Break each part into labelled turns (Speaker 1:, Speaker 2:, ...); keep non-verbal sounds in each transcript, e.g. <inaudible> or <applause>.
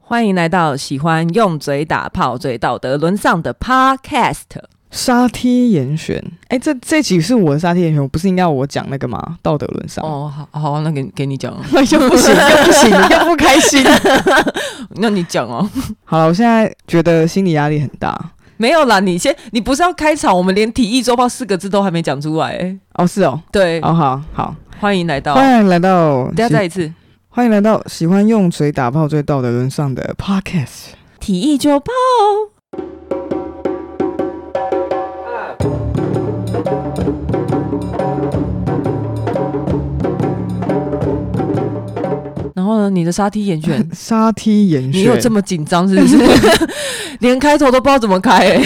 Speaker 1: 欢迎来到喜欢用嘴打炮、嘴道德沦丧的 Podcast。
Speaker 2: 沙梯严选，哎、这这集是我的沙梯严选，我不是应该我讲那个吗？道德沦丧，
Speaker 1: 哦，好好，那给给你
Speaker 2: <laughs>
Speaker 1: 讲，
Speaker 2: 又不行，又不
Speaker 1: <laughs>
Speaker 2: 行，又不开心。
Speaker 1: 那你讲哦。
Speaker 2: 好了，我现在觉得心理压力很大。
Speaker 1: 没有啦，你先，你不是要开场？我们连“体育周报”四个字都还没讲出来、欸
Speaker 2: 哦，是哦，
Speaker 1: 对，
Speaker 2: 哦，好好，
Speaker 1: 欢迎来到，
Speaker 2: 欢迎来到，
Speaker 1: 大家再一次
Speaker 2: 欢迎来到喜欢用嘴打炮、最道德沦丧的 podcast。
Speaker 1: “体育周报然后呢，你的沙梯严 <laughs> 选
Speaker 2: 沙梯严选，
Speaker 1: 你有这么紧张是不是？ <laughs> 连开头都不知道怎么开、欸。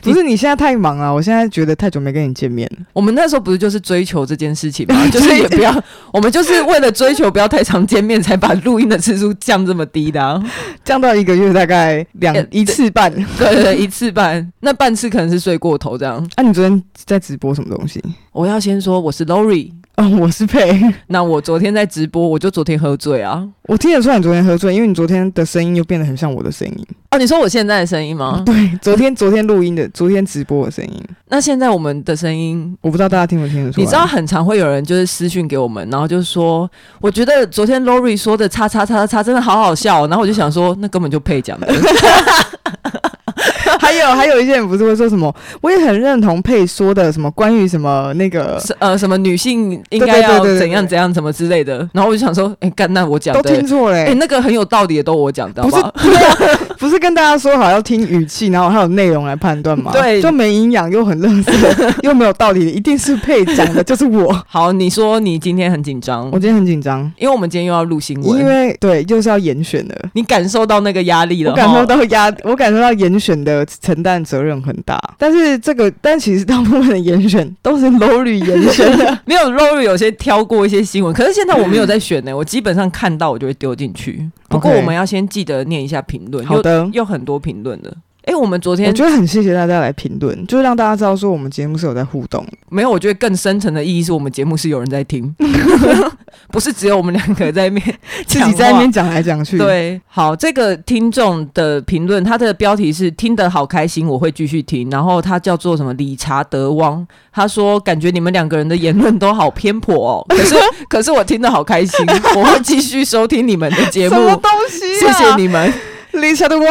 Speaker 2: 不是你现在太忙了，我现在觉得太久没跟你见面了。
Speaker 1: 我们那时候不是就是追求这件事情 <laughs> 嘛，就是也不要，我们就是为了追求不要太常见面，才把录音的次数降这么低的、 <laughs> 啊。
Speaker 2: 降到一个月大概两
Speaker 1: 呃
Speaker 2: 一次半。啊
Speaker 1: 对对对，一次半，那半次可能是睡过头这样。
Speaker 2: 啊，你昨天在直播什么东西？
Speaker 1: 我要先说我是 Lori，
Speaker 2: 哦，我是佩。
Speaker 1: 那我昨天在直播，我就昨天喝醉啊。
Speaker 2: 我听得出来你昨天喝醉，因为你昨天的声音又变得很像我的声音。
Speaker 1: 哦，你说我现在的声音吗？
Speaker 2: <laughs> 对，昨天昨天录音的，昨天直播的声音，
Speaker 1: 那现在我们的声音
Speaker 2: 我不知道 <laughs> 大家听不听得出来。
Speaker 1: 你知道，很常会有人就是私讯给我们，然后就是说，我觉得昨天 Lori 说的叉叉叉叉叉真的好好笑哦、然后我就想说，那根本就配讲
Speaker 2: <laughs>
Speaker 1: 的，
Speaker 2: 还有还有一些人不是会说什么，我也很认同佩说的什么关于什么那个，
Speaker 1: 是呃，什么女性应该
Speaker 2: 对对
Speaker 1: 要
Speaker 2: 对对对
Speaker 1: 怎样怎样什么之类的。然后我就想说，哎、干那我讲
Speaker 2: 都
Speaker 1: 的、
Speaker 2: 听错嘞、
Speaker 1: 哎、那个很有道理的都我讲的，好
Speaker 2: 不是
Speaker 1: 好？
Speaker 2: <laughs> 对啊，不是跟大家说好要听语气，然后还有内容来判断 <laughs> 吗？
Speaker 1: 对
Speaker 2: 就没营养又很垃圾 <laughs> 又没有道理，一定是佩讲的，就是 <laughs> 我。
Speaker 1: 好，你说你今天很紧张
Speaker 2: 我，今天很紧张，
Speaker 1: 因为我们今天又要录新
Speaker 2: 因
Speaker 1: 闻，
Speaker 2: 为对，又是要严选的。
Speaker 1: 你感受到那个压力了
Speaker 2: 我
Speaker 1: 齁，
Speaker 2: 感受到压，我感受到严选的承担责任很大，但是这个，但其实大部分的严选都是 low 率严选
Speaker 1: <laughs>
Speaker 2: 的，
Speaker 1: 没有 Lori 有些挑过一些新闻，可是现在我没有在选
Speaker 2: <laughs>
Speaker 1: 呢、我基本上看到我就会丢进去。不过
Speaker 2: OK
Speaker 1: 我们要先记得念一下评论，
Speaker 2: 好的
Speaker 1: 又又很多评论的。哎、我们昨
Speaker 2: 我
Speaker 1: 天
Speaker 2: 觉得很谢谢大家来评论，就是让大家知道说我们节目是有在互动的。
Speaker 1: 没有，我觉得更深层的意义是我们节目是有人在听，
Speaker 2: <laughs>
Speaker 1: 不是只有我们两个在面
Speaker 2: 自己在那。
Speaker 1: 讲
Speaker 2: 边
Speaker 1: 话
Speaker 2: 讲来讲去，，
Speaker 1: 对，好，这个听众的评论，他的标题是“听得好开心，我会继续听”，然后他叫做什么理查德汪，他说感觉你们两个人的言论都好偏颇哦， <laughs> 可是可是我听得好开心，
Speaker 2: <laughs>
Speaker 1: 我会继续收听你们的节
Speaker 2: 什么啊
Speaker 1: 目，
Speaker 2: 东西、
Speaker 1: 谢谢，你们， <laughs>
Speaker 2: 理查德王。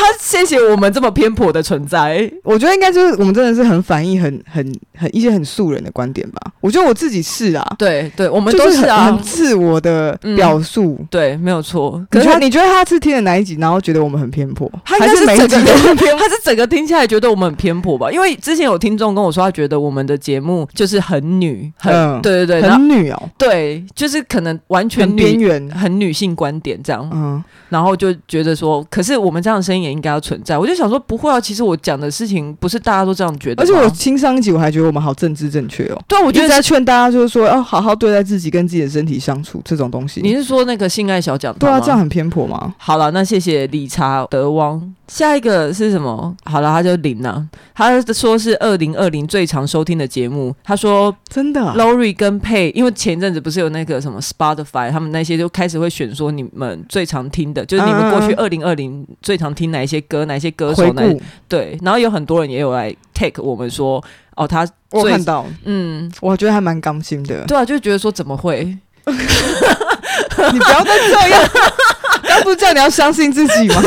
Speaker 1: 他谢谢我们这么偏颇的存在。
Speaker 2: 我觉得应该就是我们真的是很反映很很很一些很素人的观点吧。我觉得我自己是啊，
Speaker 1: 对对，我
Speaker 2: 我
Speaker 1: 们都
Speaker 2: 是
Speaker 1: 啊
Speaker 2: 很，很自我的表述。
Speaker 1: 对，没有错。可
Speaker 2: 你觉
Speaker 1: 是
Speaker 2: 得
Speaker 1: 他
Speaker 2: 你觉得他是听了哪一集，然后觉得我们很偏颇，
Speaker 1: 他应
Speaker 2: 还
Speaker 1: 该
Speaker 2: 是每一
Speaker 1: 整
Speaker 2: 集
Speaker 1: <laughs>
Speaker 2: 都
Speaker 1: 个，他是整个听下来觉得我们很偏颇吧？因为之前有听众跟我说，他觉得我们的节目就是很女，很、
Speaker 2: 嗯
Speaker 1: 对对对，然后
Speaker 2: 很女哦，
Speaker 1: 对，就是可能完全
Speaker 2: 很边
Speaker 1: 女
Speaker 2: 缘。
Speaker 1: 很女性观点这样，
Speaker 2: 嗯，
Speaker 1: 然后就觉得说，可是我们这样的声音也应该要存在。我就想说，不会啊，其实我讲的事情不是大家都这样觉得
Speaker 2: 而
Speaker 1: 吗，
Speaker 2: 且我听上一集我还觉得我们好政治正确哦。
Speaker 1: 对啊我
Speaker 2: 我
Speaker 1: 觉
Speaker 2: 就
Speaker 1: 得
Speaker 2: 在劝大家，就是说要好好对待自己跟自己的身体相处这种东西。
Speaker 1: 你是说那个性爱小讲堂
Speaker 2: 对啊，
Speaker 1: 吗
Speaker 2: 这样很偏颇吗？
Speaker 1: 好了，那谢谢理查德汪。下一个是什么？好了，他就零了、他说是二零二零最常收听的节目。他说
Speaker 2: 真的啊、
Speaker 1: Lori 跟佩，因为前阵子不是有那个什么 Spotify，他们那些就开始会选说你们最常听的，就是你们过去
Speaker 2: 嗯
Speaker 1: 二零二零最常听哪一些歌，哪一些歌
Speaker 2: 回
Speaker 1: 手，哪
Speaker 2: 顾
Speaker 1: 对。然后有很多人也有来 take 我们说，哦，他
Speaker 2: 我
Speaker 1: 最
Speaker 2: 看到，
Speaker 1: 嗯，
Speaker 2: 我觉得还蛮刚性的。
Speaker 1: 对啊，就觉得说怎么会？
Speaker 2: <laughs> 你不要再这样， <laughs> 刚不是叫你要相信自己吗？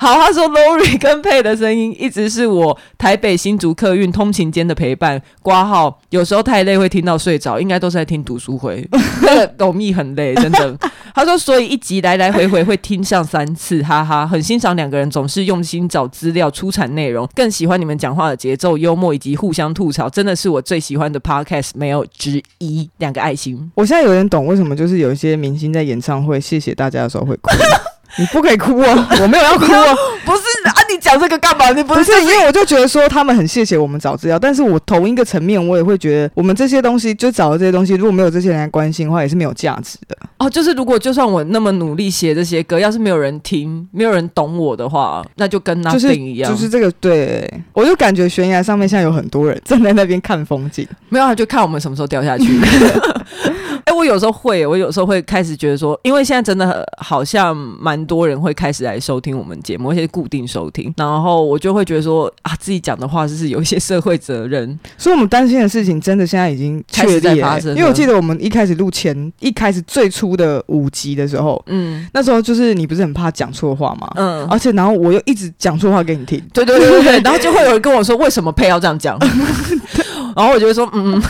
Speaker 1: 好，他说 Lori 跟佩的声音一直是我台北新竹客运通勤间的陪伴。挂号有时候太累会听到睡着，应该都是在听读书会。 <laughs> 那个狗蜜很累，真的。他说，所以一集来来回回会听上三次，哈哈，很欣赏两个人总是用心找资料、出产内容，更喜欢你们讲话的节奏、幽默以及互相吐槽，真的是我最喜欢的 podcast 没有之一。两个爱心，
Speaker 2: 我现在有点懂为什么，就是有一些明星在演唱会谢谢大家的时候会 <laughs> 哭。你不可以哭哦，我没有要哭哦，
Speaker 1: 不是啊？你讲这个干嘛？你不
Speaker 2: 不是，因为我就觉得说他们很谢谢我们找资料，但是我同一个层面，我也会觉得我们这些东西就找的这些东西，如果没有这些人来关心的话，也是没有价值的。
Speaker 1: 哦，就是如果就算我那么努力写这些歌，要是没有人听，没有人懂我的话，那就跟
Speaker 2: 就是
Speaker 1: nothing 一样，
Speaker 2: 就是这个，对我就感觉悬崖上面现在有很多人站在那边看风景，
Speaker 1: 啊
Speaker 2: <laughs>
Speaker 1: 没有，他就看我们什么时候掉下去。哎、我有时候会，我有时候会开始觉得说，因为现在真的很好像蛮多人会开始来收听我们节目，而且是固定收听，然后我就会觉得说啊，自己讲的话就是有一些社会责任，
Speaker 2: 所以我们担心的事情真的现在已经确
Speaker 1: 开始
Speaker 2: 立
Speaker 1: 在发
Speaker 2: 了、
Speaker 1: 生了
Speaker 2: 因为我记得我们一开始录前一开始最初的五集的时候，
Speaker 1: 嗯
Speaker 2: 那时候就是你不是很怕讲错话吗？
Speaker 1: 嗯，
Speaker 2: 而且然后我又一直讲错话给你听，
Speaker 1: 对对对对对，然后就会有人跟我说为什么配要这样
Speaker 2: <laughs>
Speaker 1: 讲，然后我就会说嗯，嗯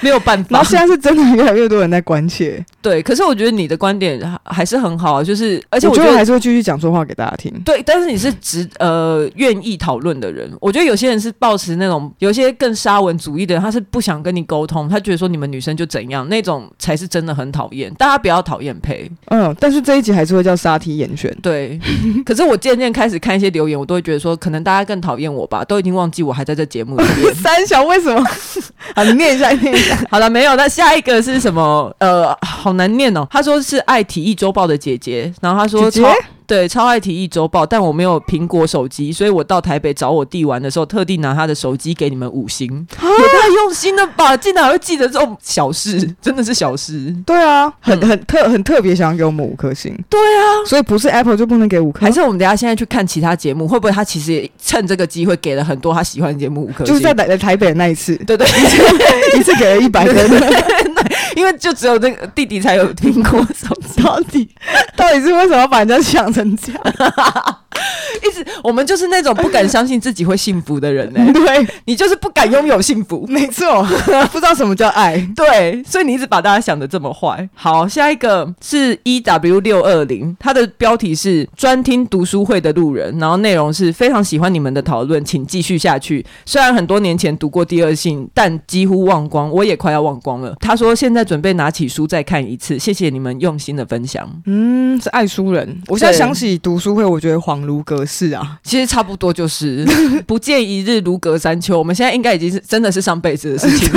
Speaker 1: 没有办法
Speaker 2: 然后。现在是真的越来越多人在关切，
Speaker 1: 对，可是我觉得你的观点还还是很好啊，就是而且
Speaker 2: 我
Speaker 1: 我觉
Speaker 2: 觉得
Speaker 1: 得
Speaker 2: 还是会继续讲错话给大家听。
Speaker 1: 对，但是你是值呃愿意讨论的人。我觉得有些人是抱持那种，有些更沙文主义的人，他是不想跟你沟通，他觉得说你们女生就怎样，那种才是真的很讨厌。大家不要讨厌配，
Speaker 2: 嗯，但是这一集还是会叫沙 T 严选， <laughs>
Speaker 1: 对。可是我渐渐开始看一些留言，我都会觉得说，可能大家更讨厌我吧，都已经忘记我还在这节目里
Speaker 2: <laughs>
Speaker 1: 面。
Speaker 2: 三小为什
Speaker 1: <laughs>
Speaker 2: 么？好，你念一下，你念一下。
Speaker 1: 好了，没有。那下一个是什么？呃，好难念哦。他说是爱体育周报的姐姐，然后他说
Speaker 2: 姐姐
Speaker 1: 超对超爱体育周报，但我没有苹果手机，所以我到台北找我弟玩的时候，特地拿他的手机给你们五星，
Speaker 2: 啊
Speaker 1: 也太用心了吧！竟然还会记得这种小事，真的是小事。
Speaker 2: 对啊，很
Speaker 1: 嗯
Speaker 2: 很特很特别，想要给我们五颗星。
Speaker 1: 对啊，
Speaker 2: 所以不是 Apple 就不能给五颗
Speaker 1: 还，是我们等一下现在去看其他节目，会不会他其实也趁这个机会给了很多他喜欢的节目五颗星？
Speaker 2: 就是在台在台北的那一次， <laughs>
Speaker 1: 对对，
Speaker 2: 一次给了一
Speaker 1: <laughs>
Speaker 2: 百分，
Speaker 1: 因为就只有那个弟弟才有苹果手
Speaker 2: <laughs>
Speaker 1: 机。
Speaker 2: 到底到底是为什么要把人家想成这样？
Speaker 1: 一直我们就是那种不敢相信自己会幸福的人呢、
Speaker 2: 对，
Speaker 1: 你就是不敢拥有幸福。
Speaker 2: 没
Speaker 1: <laughs>
Speaker 2: 错，不知道什么叫爱。
Speaker 1: 对，所以你一直把大家想的这么坏。好，下一个是 E W 六二零，它的标题是“专听读书会的路人”，然后内容是非常喜欢你们的讨论，请继续下去。虽然很多年前读过《第二性》，但几乎忘光，我也快要忘光了。他说现在准备拿起书再看一次，谢谢你们用心的分享。
Speaker 2: 嗯，是爱书人。我现在想起读书会，我觉得恍如隔世啊。
Speaker 1: 其实差不多就是不见一日如隔三秋。我们现在应该已经是真的是上辈子的事情，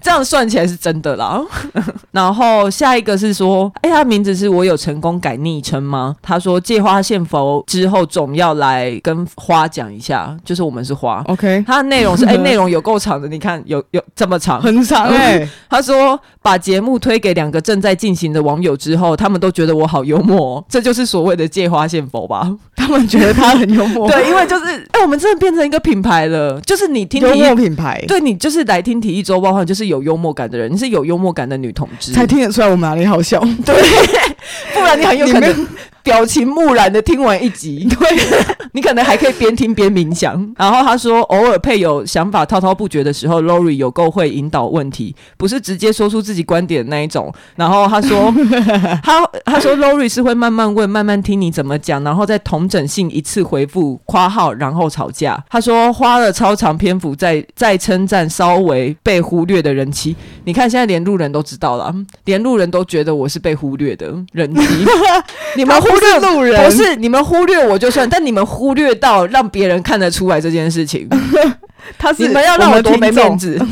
Speaker 1: 这样算起来是真的啦。 <laughs> 然后下一个是说，哎、他名字是我有成功改昵称吗？他说借花献佛之后，总要来跟花讲一下，就是我们是花。
Speaker 2: OK，
Speaker 1: 它的内容是哎，内、容有够长的，你看有有这么
Speaker 2: <laughs>
Speaker 1: 长，
Speaker 2: 很长哎、
Speaker 1: 他说把节目推给两个正在进行的网友之后，他们都觉得我好幽默、哦，这就是所谓的借花献佛吧。
Speaker 2: 他们觉得他很幽 <laughs>
Speaker 1: <laughs>
Speaker 2: 默，
Speaker 1: 对，因为就是，哎、我们真的变成一个品牌了，就是你听
Speaker 2: 幽
Speaker 1: 体
Speaker 2: 默
Speaker 1: 育，
Speaker 2: 品牌，
Speaker 1: 对你就是来听体育周报的话，你就是有幽默感的人，你是有幽默感的女同志，
Speaker 2: 才听得出来我们哪里好笑。
Speaker 1: 不然你很有可
Speaker 2: 你没
Speaker 1: 能表情木然的听完一集， <laughs> 对，你可能还可以边听边冥想。然后他说，偶尔配有想法滔滔不绝的时候，Lori 有够会引导问题，不是直接说出自己观点的那一种。然后他 <laughs> 说，他他说 Lori 是会慢慢问，慢慢听你怎么讲，然后再同整性一次回复（括号），然后吵架。他说花了超长篇幅在在称赞稍微被忽略的人妻，你看现在连路人都知道了，连路人都觉得我是被忽略的人 <laughs> 妻。 <laughs> 你们忽略
Speaker 2: 他不是路人
Speaker 1: 不是你们忽略我就算，但你们忽略到让别人看得出来这件事 <laughs> 情，
Speaker 2: 他
Speaker 1: 你们要让我
Speaker 2: 们
Speaker 1: 多没
Speaker 2: 听众
Speaker 1: 面子。 <laughs>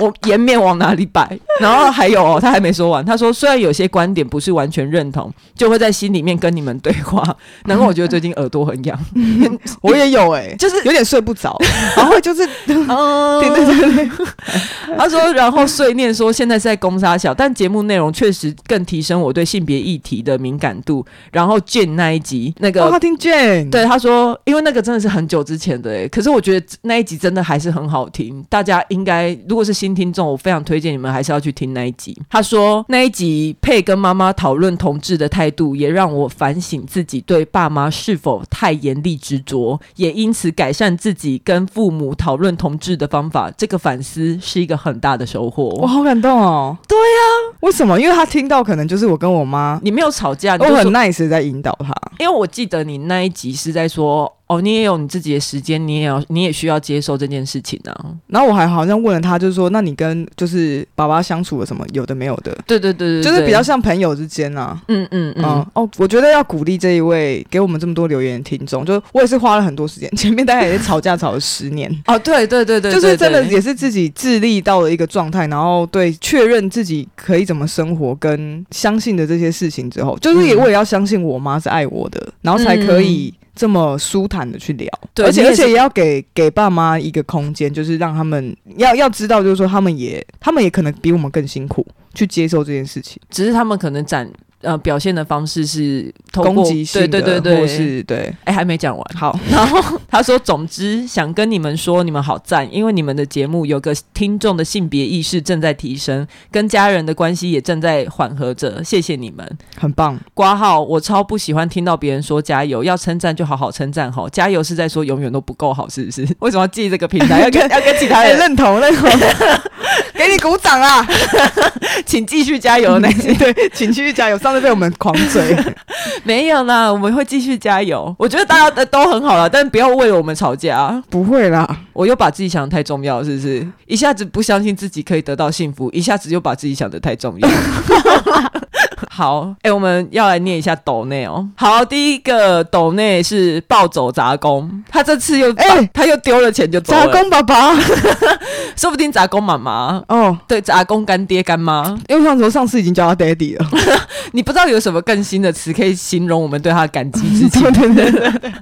Speaker 1: 我颜面往哪里摆？然后还有哦，他还没说完。他说，虽然有些观点不是完全认同，就会在心里面跟你们对话。难怪我觉得最近耳朵很痒，
Speaker 2: 我也有哎、
Speaker 1: <laughs> 就是
Speaker 2: 有点睡不
Speaker 1: <laughs>
Speaker 2: 着，然后就是
Speaker 1: 嗯，
Speaker 2: 对对
Speaker 1: 对
Speaker 2: <laughs>
Speaker 1: 对。 <laughs> 他说，然后碎念说现在是在攻杀小，但节目内容确实更提升我对性别议题的敏感度。然后见那一集那个。
Speaker 2: 哦，他听 Jane，，
Speaker 1: 对，他说，因为那个真的是很久之前的哎，可是我觉得那一集真的还是很好听，大家应该如果是新听众，我非常推荐你们还是要去听那一集。他说那一集佩跟妈妈讨论同志的态度，也让我反省自己对爸妈是否太严厉执着，也因此改善自己跟父母讨论同志的方法。这个反思是一个很大的收
Speaker 2: 我
Speaker 1: 获。
Speaker 2: 好感动哦。对呀、啊，为什么？因为他听到可能就是我跟我妈，
Speaker 1: 你没有吵架，你
Speaker 2: 我
Speaker 1: 就说
Speaker 2: 很 nice 地在引导他。
Speaker 1: 因为我记得你那一集是在说，哦，你也有你自己的时间，你也要，你也需要接受这件事情啊。
Speaker 2: 然后我还好像问了他，就是说，那你跟就是爸爸相处了什么？有的没有的，
Speaker 1: 对对对对，
Speaker 2: 就是
Speaker 1: 对
Speaker 2: 比较，像朋友之间啊。
Speaker 1: 嗯嗯嗯。
Speaker 2: 嗯哦，我觉得要鼓励这一位给我们这么多留言的听众，就我也是花了很多时间，前面大概也是吵架吵了十年，
Speaker 1: 哦，对对对对，
Speaker 2: 就
Speaker 1: 对
Speaker 2: 是真的
Speaker 1: 对
Speaker 2: 也是自己自立到了一个状态，然后对确认自己可以怎么生活跟相信的这些事情之后，就是也
Speaker 1: 嗯
Speaker 2: 我也要相信我妈是爱我的，然后才可以这么舒坦的去聊，
Speaker 1: 对
Speaker 2: 而且
Speaker 1: 你也
Speaker 2: 而
Speaker 1: 是
Speaker 2: 且也要给给爸妈一个空间，就是让他们要要知道，就是说他们也他们也可能比我们更辛苦去接受这件事情，
Speaker 1: 只是他们可能展呃表现的方式是透过
Speaker 2: 攻击性的
Speaker 1: 对对
Speaker 2: 或
Speaker 1: 对对，
Speaker 2: 是对，
Speaker 1: 哎、还没讲完。
Speaker 2: 好，
Speaker 1: 然后他说：“总之，想跟你们说，你们好赞，因为你们的节目有个听众的性别意识正在提升，跟家人的关系也正在缓和着。谢谢你们，
Speaker 2: 很
Speaker 1: <laughs>
Speaker 2: 棒，
Speaker 1: 挂号。我超不喜欢听到别人说加油，要称赞就好好称赞吼，加油是在说永远都不够好，是不是？为什么要记这个平台？要跟要跟其他 <laughs>
Speaker 2: 哎，
Speaker 1: 人，
Speaker 2: 认同认同，给你鼓掌啊！ <laughs>
Speaker 1: 请继续加油那些。
Speaker 2: 对，请继续加油。上次被我们狂嘴，
Speaker 1: 没有啦，我们会继续加油。我觉得大家的都很好了，但不要为了我们吵架啊。
Speaker 2: 不会啦，
Speaker 1: 我又把自己想得太重要，是不是？一下子不相信自己可以得到幸福，一下子又把自己想得太重
Speaker 2: <laughs>
Speaker 1: 要。好，哎、我们要来念一下抖内哦。好，第一个抖内是暴走杂工，他这次又哎、
Speaker 2: 哎
Speaker 1: 他又丢了钱就走
Speaker 2: 杂
Speaker 1: 了，
Speaker 2: 工爸爸
Speaker 1: 说不定杂工妈妈。
Speaker 2: 哦，
Speaker 1: 对，杂工干爹干妈，
Speaker 2: 因为上次上次已经叫他
Speaker 1: <laughs>
Speaker 2: daddy 了，
Speaker 1: 你不知道有什么更新的词可以形容我们对他的感激之情
Speaker 2: 对。 <laughs> 对对对，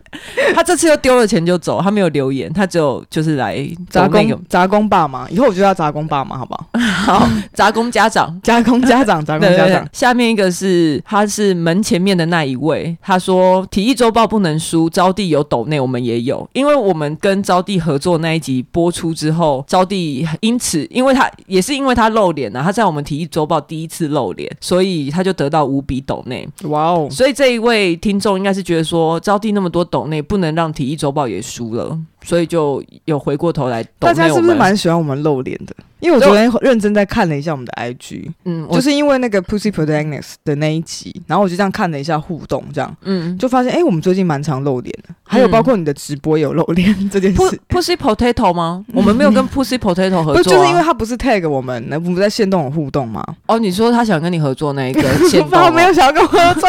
Speaker 1: 他这次又丢了钱就走，他没有留言，他只有就是来
Speaker 2: 杂
Speaker 1: 抖内给我
Speaker 2: 工杂工爸妈，以后我就叫他杂工爸妈，好不
Speaker 1: <laughs>
Speaker 2: 好？
Speaker 1: 们好杂工家长，
Speaker 2: 杂工家长，杂工
Speaker 1: 对对
Speaker 2: 家
Speaker 1: 对
Speaker 2: 长，
Speaker 1: 下面一个是他是门前面的那一位，他说体育周报不能输，招娣有抖内，我们也有，因为我们跟招娣合作那一集播出之后，招娣因此因为他也是因为他露脸啊，他在我们体育周报第一次露脸，所以他就得到五笔抖内，
Speaker 2: 哇哦，
Speaker 1: 所以这一位听众应该是觉得说招娣那么多抖内，不能让体育周报也输了，所以就有回过头来抖
Speaker 2: 大
Speaker 1: 内
Speaker 2: 家
Speaker 1: 我
Speaker 2: 是不是
Speaker 1: 们。
Speaker 2: 蛮喜欢我们露脸的？因为我昨天认真在看了一下我们的 IG，
Speaker 1: 嗯，我
Speaker 2: 就是因为那个 Pussy Protagonist 的那一集，然后我就这样看了一下互动，这样
Speaker 1: 嗯，
Speaker 2: 就发现，哎、我们最近蛮常露脸的，还有包括你的直播也有露脸这件事
Speaker 1: Pu-。Pussy Potato <laughs> 吗？我们没有跟 Pussy Potato 合作、啊，
Speaker 2: 不就是因为他不是 tag 我们，那我们在线动有互动吗？
Speaker 1: 哦，你说他想跟你合作 <laughs> 那一个线动啊
Speaker 2: <laughs>
Speaker 1: 吗，
Speaker 2: 他没有想要跟我合作，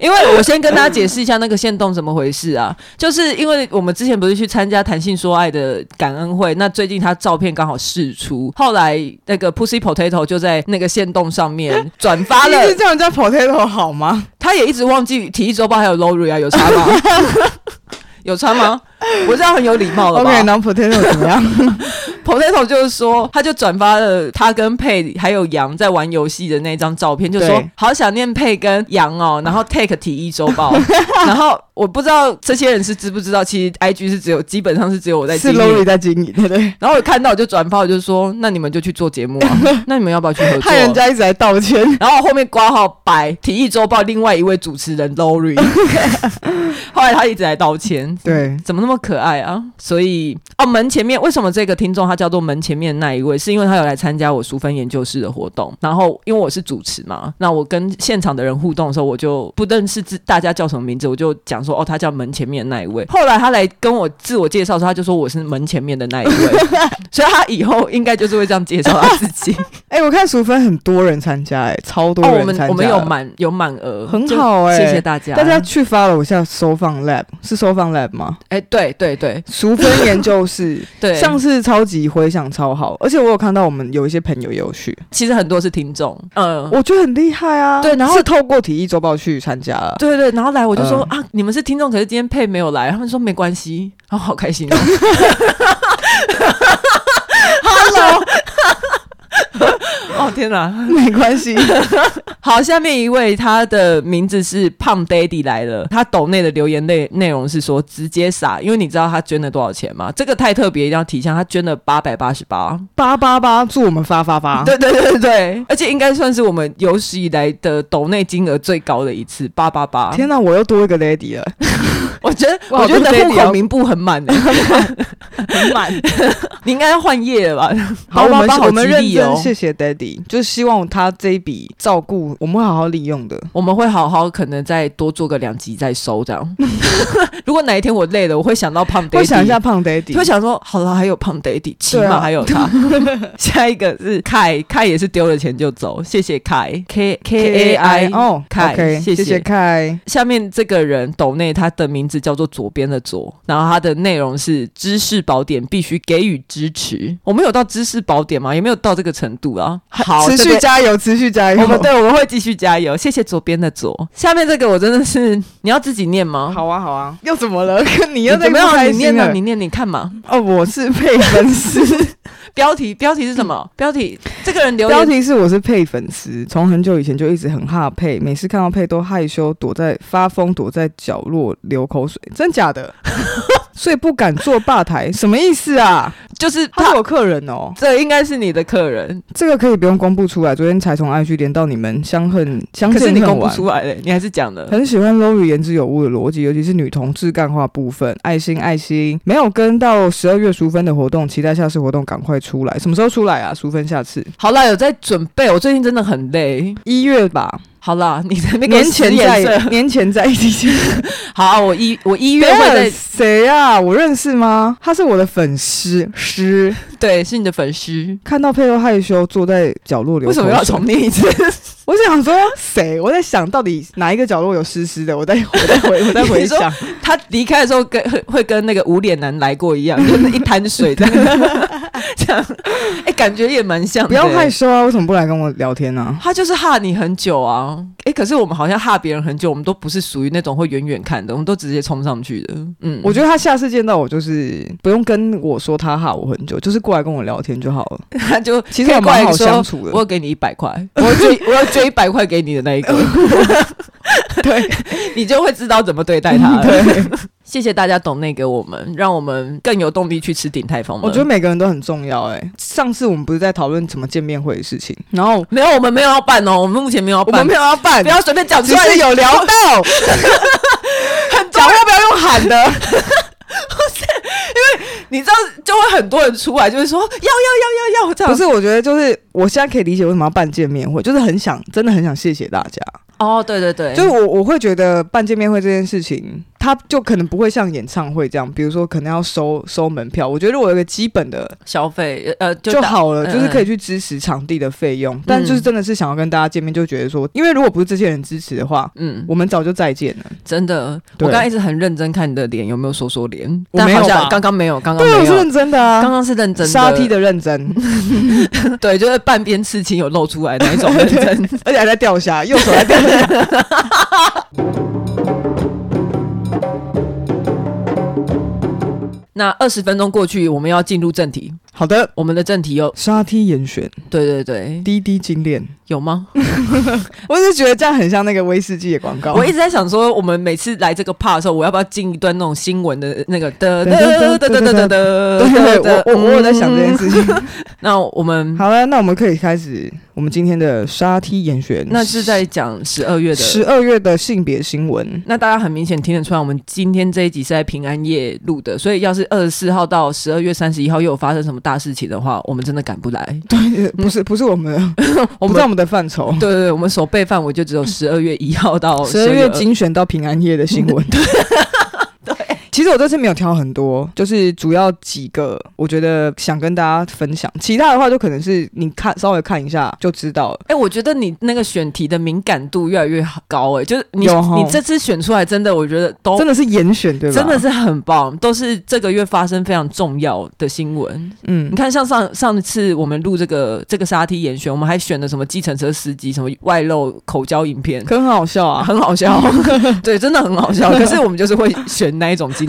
Speaker 1: 因为我先跟大家解释一下那个线动怎么回事啊，就是因为我们之前不是去参加谈性说爱的感恩会，那最近他照片刚好释出，后来那个 Pussy Potato 就在那个线动上面转发
Speaker 2: 他
Speaker 1: 了 <laughs>
Speaker 2: 是，这样叫 potato 好吗？
Speaker 1: 他也一直忘记体育周报还有 Lori 啊，有差吗？
Speaker 2: <laughs>
Speaker 1: 有差吗？我这样很有礼貌了吧
Speaker 2: OK，然后 potato 怎么样？
Speaker 1: Potato 就是说，他就转发了他跟佩还有杨在玩游戏的那张照片，就说
Speaker 2: 对
Speaker 1: 好想念佩跟杨
Speaker 2: <laughs>
Speaker 1: 哦，然后 take 体育周报， <laughs> 然后我不知道这些人是知不知道，其实 IG 是只有基本上是只 <laughs> 有我在经
Speaker 2: 是
Speaker 1: 营
Speaker 2: Lori。在经营，对不对？
Speaker 1: 然后我看到我就转发，我就说那你们就去做节目
Speaker 2: <laughs>
Speaker 1: 啊，那你们要不要去合作
Speaker 2: 害？人家一直在道歉，
Speaker 1: <laughs> 然后后面挂号白体育周报另外一位主持人 Lori，后来他一直来道歉，嗯
Speaker 2: 对，
Speaker 1: 怎么那么可爱啊？所以哦，门前面为什么这个听众他叫做门前面那一位？是因为他有来参加我淑芬研究室的活动，然后因为我是主持嘛，那我跟现场的人互动的时候，我就不认识自大家叫什么名字，我就讲说哦，他叫门前面那一位。后来他来跟我自我介绍的时候，他就说我是门前面的那一位，所以他以后应该就是会这样介绍他自己。
Speaker 2: 哎、我看淑芬很多人参加、哎，超多
Speaker 1: 哦，
Speaker 2: 人
Speaker 1: 我
Speaker 2: 参加、
Speaker 1: 们我们有啊满有满额，
Speaker 2: 很
Speaker 1: 就
Speaker 2: 好哎
Speaker 1: 谢谢大家，
Speaker 2: 大家去发了我下收放 lab 是收放 lab
Speaker 1: <laughs>
Speaker 2: 吗？
Speaker 1: 哎，对对对
Speaker 2: 淑芬研究室
Speaker 1: <laughs> 对，
Speaker 2: 上次超级回响超好，而且我有看到我们有一些朋友也有去，
Speaker 1: 其实很多是听众，嗯，
Speaker 2: 我觉得很厉害啊。
Speaker 1: 对然后
Speaker 2: 是透过体育周报去参加了。
Speaker 1: 对对，然后来我就说、
Speaker 2: 嗯
Speaker 1: 啊，你们是听众，可是今天佩没有来，他们说没关系， <laughs> 然后好开
Speaker 2: <laughs>
Speaker 1: 心、哦。Hello，哦天哪！
Speaker 2: <laughs> 没关系，
Speaker 1: 好，下面一位他的名字是胖 Daddy 来了，他抖内的留言内内容是说直接撒，因为你知道他捐了多少钱吗？这个太特别，一定要提一下，他捐了八百八十八。
Speaker 2: 八八八，祝我们发发发。
Speaker 1: 对对对对对，而且应该算是我们有史以来的抖内金额最高的一次，八八八。
Speaker 2: 天哪、我又多一个 lady
Speaker 1: <laughs>
Speaker 2: 了，
Speaker 1: 我觉得
Speaker 2: 哇
Speaker 1: 我觉得
Speaker 2: 我
Speaker 1: 你
Speaker 2: 都
Speaker 1: 的户
Speaker 2: Daddy
Speaker 1: 口
Speaker 2: 哦
Speaker 1: 名簿很
Speaker 2: <laughs>
Speaker 1: 满的。
Speaker 2: 很满。
Speaker 1: 你应该要换页了
Speaker 2: <laughs>
Speaker 1: 吧？
Speaker 2: 好，我
Speaker 1: 爸
Speaker 2: 们
Speaker 1: 爸
Speaker 2: 我们
Speaker 1: 激
Speaker 2: 认
Speaker 1: 励
Speaker 2: 真
Speaker 1: 哦
Speaker 2: 谢谢 daddy，就是希望他这一笔照顾我们会好好利用的。
Speaker 1: 我们会好好可能再多做个两集再收这样。 <laughs> 如果哪一天我累了，我会想到胖 daddy，
Speaker 2: 会想一下，胖 daddy，
Speaker 1: 会想说好了，还有胖 daddy，起
Speaker 2: 对
Speaker 1: 码
Speaker 2: 啊
Speaker 1: 还有
Speaker 2: <laughs>
Speaker 1: 他。下一个是凯，凯也是丢了钱就走，谢谢凯，K K A I。
Speaker 2: 哦，
Speaker 1: Kai，
Speaker 2: OK，
Speaker 1: 谢谢
Speaker 2: 谢谢凯。
Speaker 1: 下面这个人抖内他的名字叫做左边的左，然后它的内容是知识宝典必须给予支持。我们有到知识宝典吗？也没有到这个程度啊。好，
Speaker 2: 持
Speaker 1: 这
Speaker 2: 续
Speaker 1: 边
Speaker 2: 加油，持续加油。
Speaker 1: 我们对我们会继续加油，谢谢左边的左。下面这个我真的是，你要自己念吗？
Speaker 2: 好啊，好啊，又怎么了？ <laughs> 你又
Speaker 1: 你
Speaker 2: 在
Speaker 1: 怎么
Speaker 2: 不
Speaker 1: 样？
Speaker 2: 开
Speaker 1: 你念
Speaker 2: 心啊
Speaker 1: 呢？
Speaker 2: 了？
Speaker 1: 你念，你看嘛。
Speaker 2: 哦，我是配粉
Speaker 1: <laughs>
Speaker 2: 丝，
Speaker 1: 标题标题是什么？标题这个人留
Speaker 2: 嗯标
Speaker 1: 言
Speaker 2: 题是我是配粉丝，从很久以前就一直很怕配，每次看到配都害羞，躲在发疯，躲在角落流口水，真
Speaker 1: <laughs>
Speaker 2: 假的？所以不敢坐吧台，什么意思啊？
Speaker 1: 就是
Speaker 2: 他
Speaker 1: 他
Speaker 2: 是，我客人哦，
Speaker 1: 这应该是你的客
Speaker 2: <laughs>
Speaker 1: 人，
Speaker 2: 这个可以不用公布出来。昨天才从 IG 连到你们相恨相
Speaker 1: 可是
Speaker 2: 见
Speaker 1: 你
Speaker 2: 恨
Speaker 1: 公布
Speaker 2: 晚。
Speaker 1: 出来了，你还是讲了。
Speaker 2: 很喜欢 Lori 言之有物的逻辑，尤其是女同志干话部分，爱心爱心。没有跟到十二月淑芬的活动，期待下次活动赶快出来。什么时候出来啊？淑芬下次
Speaker 1: 好啦，有在准备，我最近真的很累。
Speaker 2: 一月吧，
Speaker 1: 好啦，你在那个
Speaker 2: 年前在
Speaker 1: 色。
Speaker 2: 年前在一起见。
Speaker 1: 好，我一我一月
Speaker 2: <laughs> 等一下
Speaker 1: 会在，
Speaker 2: 谁啊？我认识吗？他是我的粉丝，师
Speaker 1: 对，是你的粉丝。
Speaker 2: 看到佩欧害羞坐在角落流
Speaker 1: 为
Speaker 2: 口
Speaker 1: 什
Speaker 2: 水。
Speaker 1: 么要重念一次？ <laughs>
Speaker 2: 我想说谁？我在想到底哪一个角落有湿湿的？我在我在回我在回
Speaker 1: 你说
Speaker 2: 想。
Speaker 1: 他离开的时候跟会跟那个无脸男来过一
Speaker 2: <laughs>
Speaker 1: 样，就是一滩水这样。这样，哎、感觉也蛮 <laughs> 像的。
Speaker 2: 不要害羞啊！为什么不来跟我聊天呢、
Speaker 1: 他就是哈你很久啊，哎，可是我们好像哈别人很久，我们都不是属于那种会远远看的，我们都直接冲上去的。嗯，
Speaker 2: 我觉得他下次见到我就是不用跟我说他哈我很久，就是过来跟我聊天就好了。
Speaker 1: 得 <laughs> 他就
Speaker 2: 其实
Speaker 1: 可以
Speaker 2: 我
Speaker 1: 过来
Speaker 2: 蛮好
Speaker 1: 说
Speaker 2: 相处的
Speaker 1: 我。要给你一百块，我要追我要追一百块给你的那一个，
Speaker 2: <laughs> 对嗯
Speaker 1: 你就会知道怎么对待他了。
Speaker 2: 对，
Speaker 1: 谢谢大家懂内给我们，让我们更有动力去吃鼎泰丰了。
Speaker 2: 我觉得每个人都很重要、哎，上次我们不是在讨论什么见面会的事情，然后
Speaker 1: 没有，我们没有要办哦，我们目前没有要
Speaker 2: 我
Speaker 1: 办
Speaker 2: 们，没有要办
Speaker 1: 不，要随便讲出
Speaker 2: 只
Speaker 1: 来。
Speaker 2: 是有
Speaker 1: <laughs>
Speaker 2: 聊到，
Speaker 1: 讲
Speaker 2: 讲要不要用喊的？
Speaker 1: 你知道就会很多人出来，就会说要要要要要这样。
Speaker 2: 不是，我觉得就是我现在可以理解为什么要办见面会，就是很想，真的很想谢谢大家。
Speaker 1: 哦，对对对，
Speaker 2: 就是我我会觉得办见面会这件事情，它就可能不会像演唱会这样，比如说可能要收收门票。我觉得如果有一个基本的
Speaker 1: 消费呃就
Speaker 2: 就
Speaker 1: 打
Speaker 2: 好了，就是
Speaker 1: 嗯
Speaker 2: 可以去支持场地的费用。但就是真的是想要跟大家见面，就觉得说，因为如果不是这些人支持的话，
Speaker 1: 嗯，
Speaker 2: 我们早就再见了。
Speaker 1: 真的，我
Speaker 2: 对
Speaker 1: 刚刚一直很认真看你的脸有没有说说脸，
Speaker 2: 我
Speaker 1: 但
Speaker 2: 没有
Speaker 1: 好像
Speaker 2: 吧
Speaker 1: 刚刚没有，刚刚没
Speaker 2: 对，我是
Speaker 1: 有，
Speaker 2: 认真的啊，
Speaker 1: 刚刚是认真的，
Speaker 2: 沙梯的认真，
Speaker 1: <laughs> 对，就是半边刺青有露出来那一种认真。
Speaker 2: <laughs> 而且还在掉下，右手还掉下。
Speaker 1: 那二十分钟过去，我们要进入正题，
Speaker 2: 好的，
Speaker 1: 我们的正题有
Speaker 2: 沙梯严选，
Speaker 1: 对对对，
Speaker 2: 滴滴精炼，
Speaker 1: 有吗？
Speaker 2: 我是觉得这样很像那个威士忌的广告。
Speaker 1: 我一直在想说，我们每次来这个 part 的时候，我要不要进一段那种新闻的那个的的的的的的的？
Speaker 2: 对，我我我有在想这件
Speaker 1: 情。
Speaker 2: 事情。
Speaker 1: 那我们
Speaker 2: 好了，那我们可以开始我们今天的沙梯严选。
Speaker 1: 那是在讲十二月的
Speaker 2: 十二月的性别新闻。
Speaker 1: 那大家很明显听得出来，我们今天这一集是在平安夜录的，所以要是二十四号到十二月三十一号又有发生什么大事情的话，我们真的赶不来。
Speaker 2: 对，不是不是我们的，
Speaker 1: 我
Speaker 2: 不
Speaker 1: 们
Speaker 2: 在 <laughs> 我们的范畴。
Speaker 1: <laughs> 对对对，我们守备范围就只 <laughs> 有十二月一号到
Speaker 2: 十
Speaker 1: 哦十
Speaker 2: 二
Speaker 1: 二
Speaker 2: 月
Speaker 1: 月嗯
Speaker 2: 精选到平安夜的新闻。对， <laughs>
Speaker 1: <laughs>
Speaker 2: 其实我这次没有挑很多，就是主要几个，我觉得想跟大家分享。其他的话，就可能是你看稍微看一下就知道了。
Speaker 1: 哎、我觉得你那个选题的敏感度越来越高、哎，就是你
Speaker 2: 有吼
Speaker 1: 你这次选出来，真的我觉得都
Speaker 2: 真的是严选，对吧？
Speaker 1: 哦真的，是很棒，都是这个月发生非常重要的新闻。
Speaker 2: 嗯
Speaker 1: 你，看，像上上次我们录这个这个沙梯严选，我们还选了什么计程车司机、什么外露口交影片，
Speaker 2: 可很好笑
Speaker 1: 啊
Speaker 2: 啊。
Speaker 1: <laughs>
Speaker 2: <laughs>
Speaker 1: 很好笑， <laughs> 对，真的很好 <laughs> 笑。可是我们就是会选那一种进来。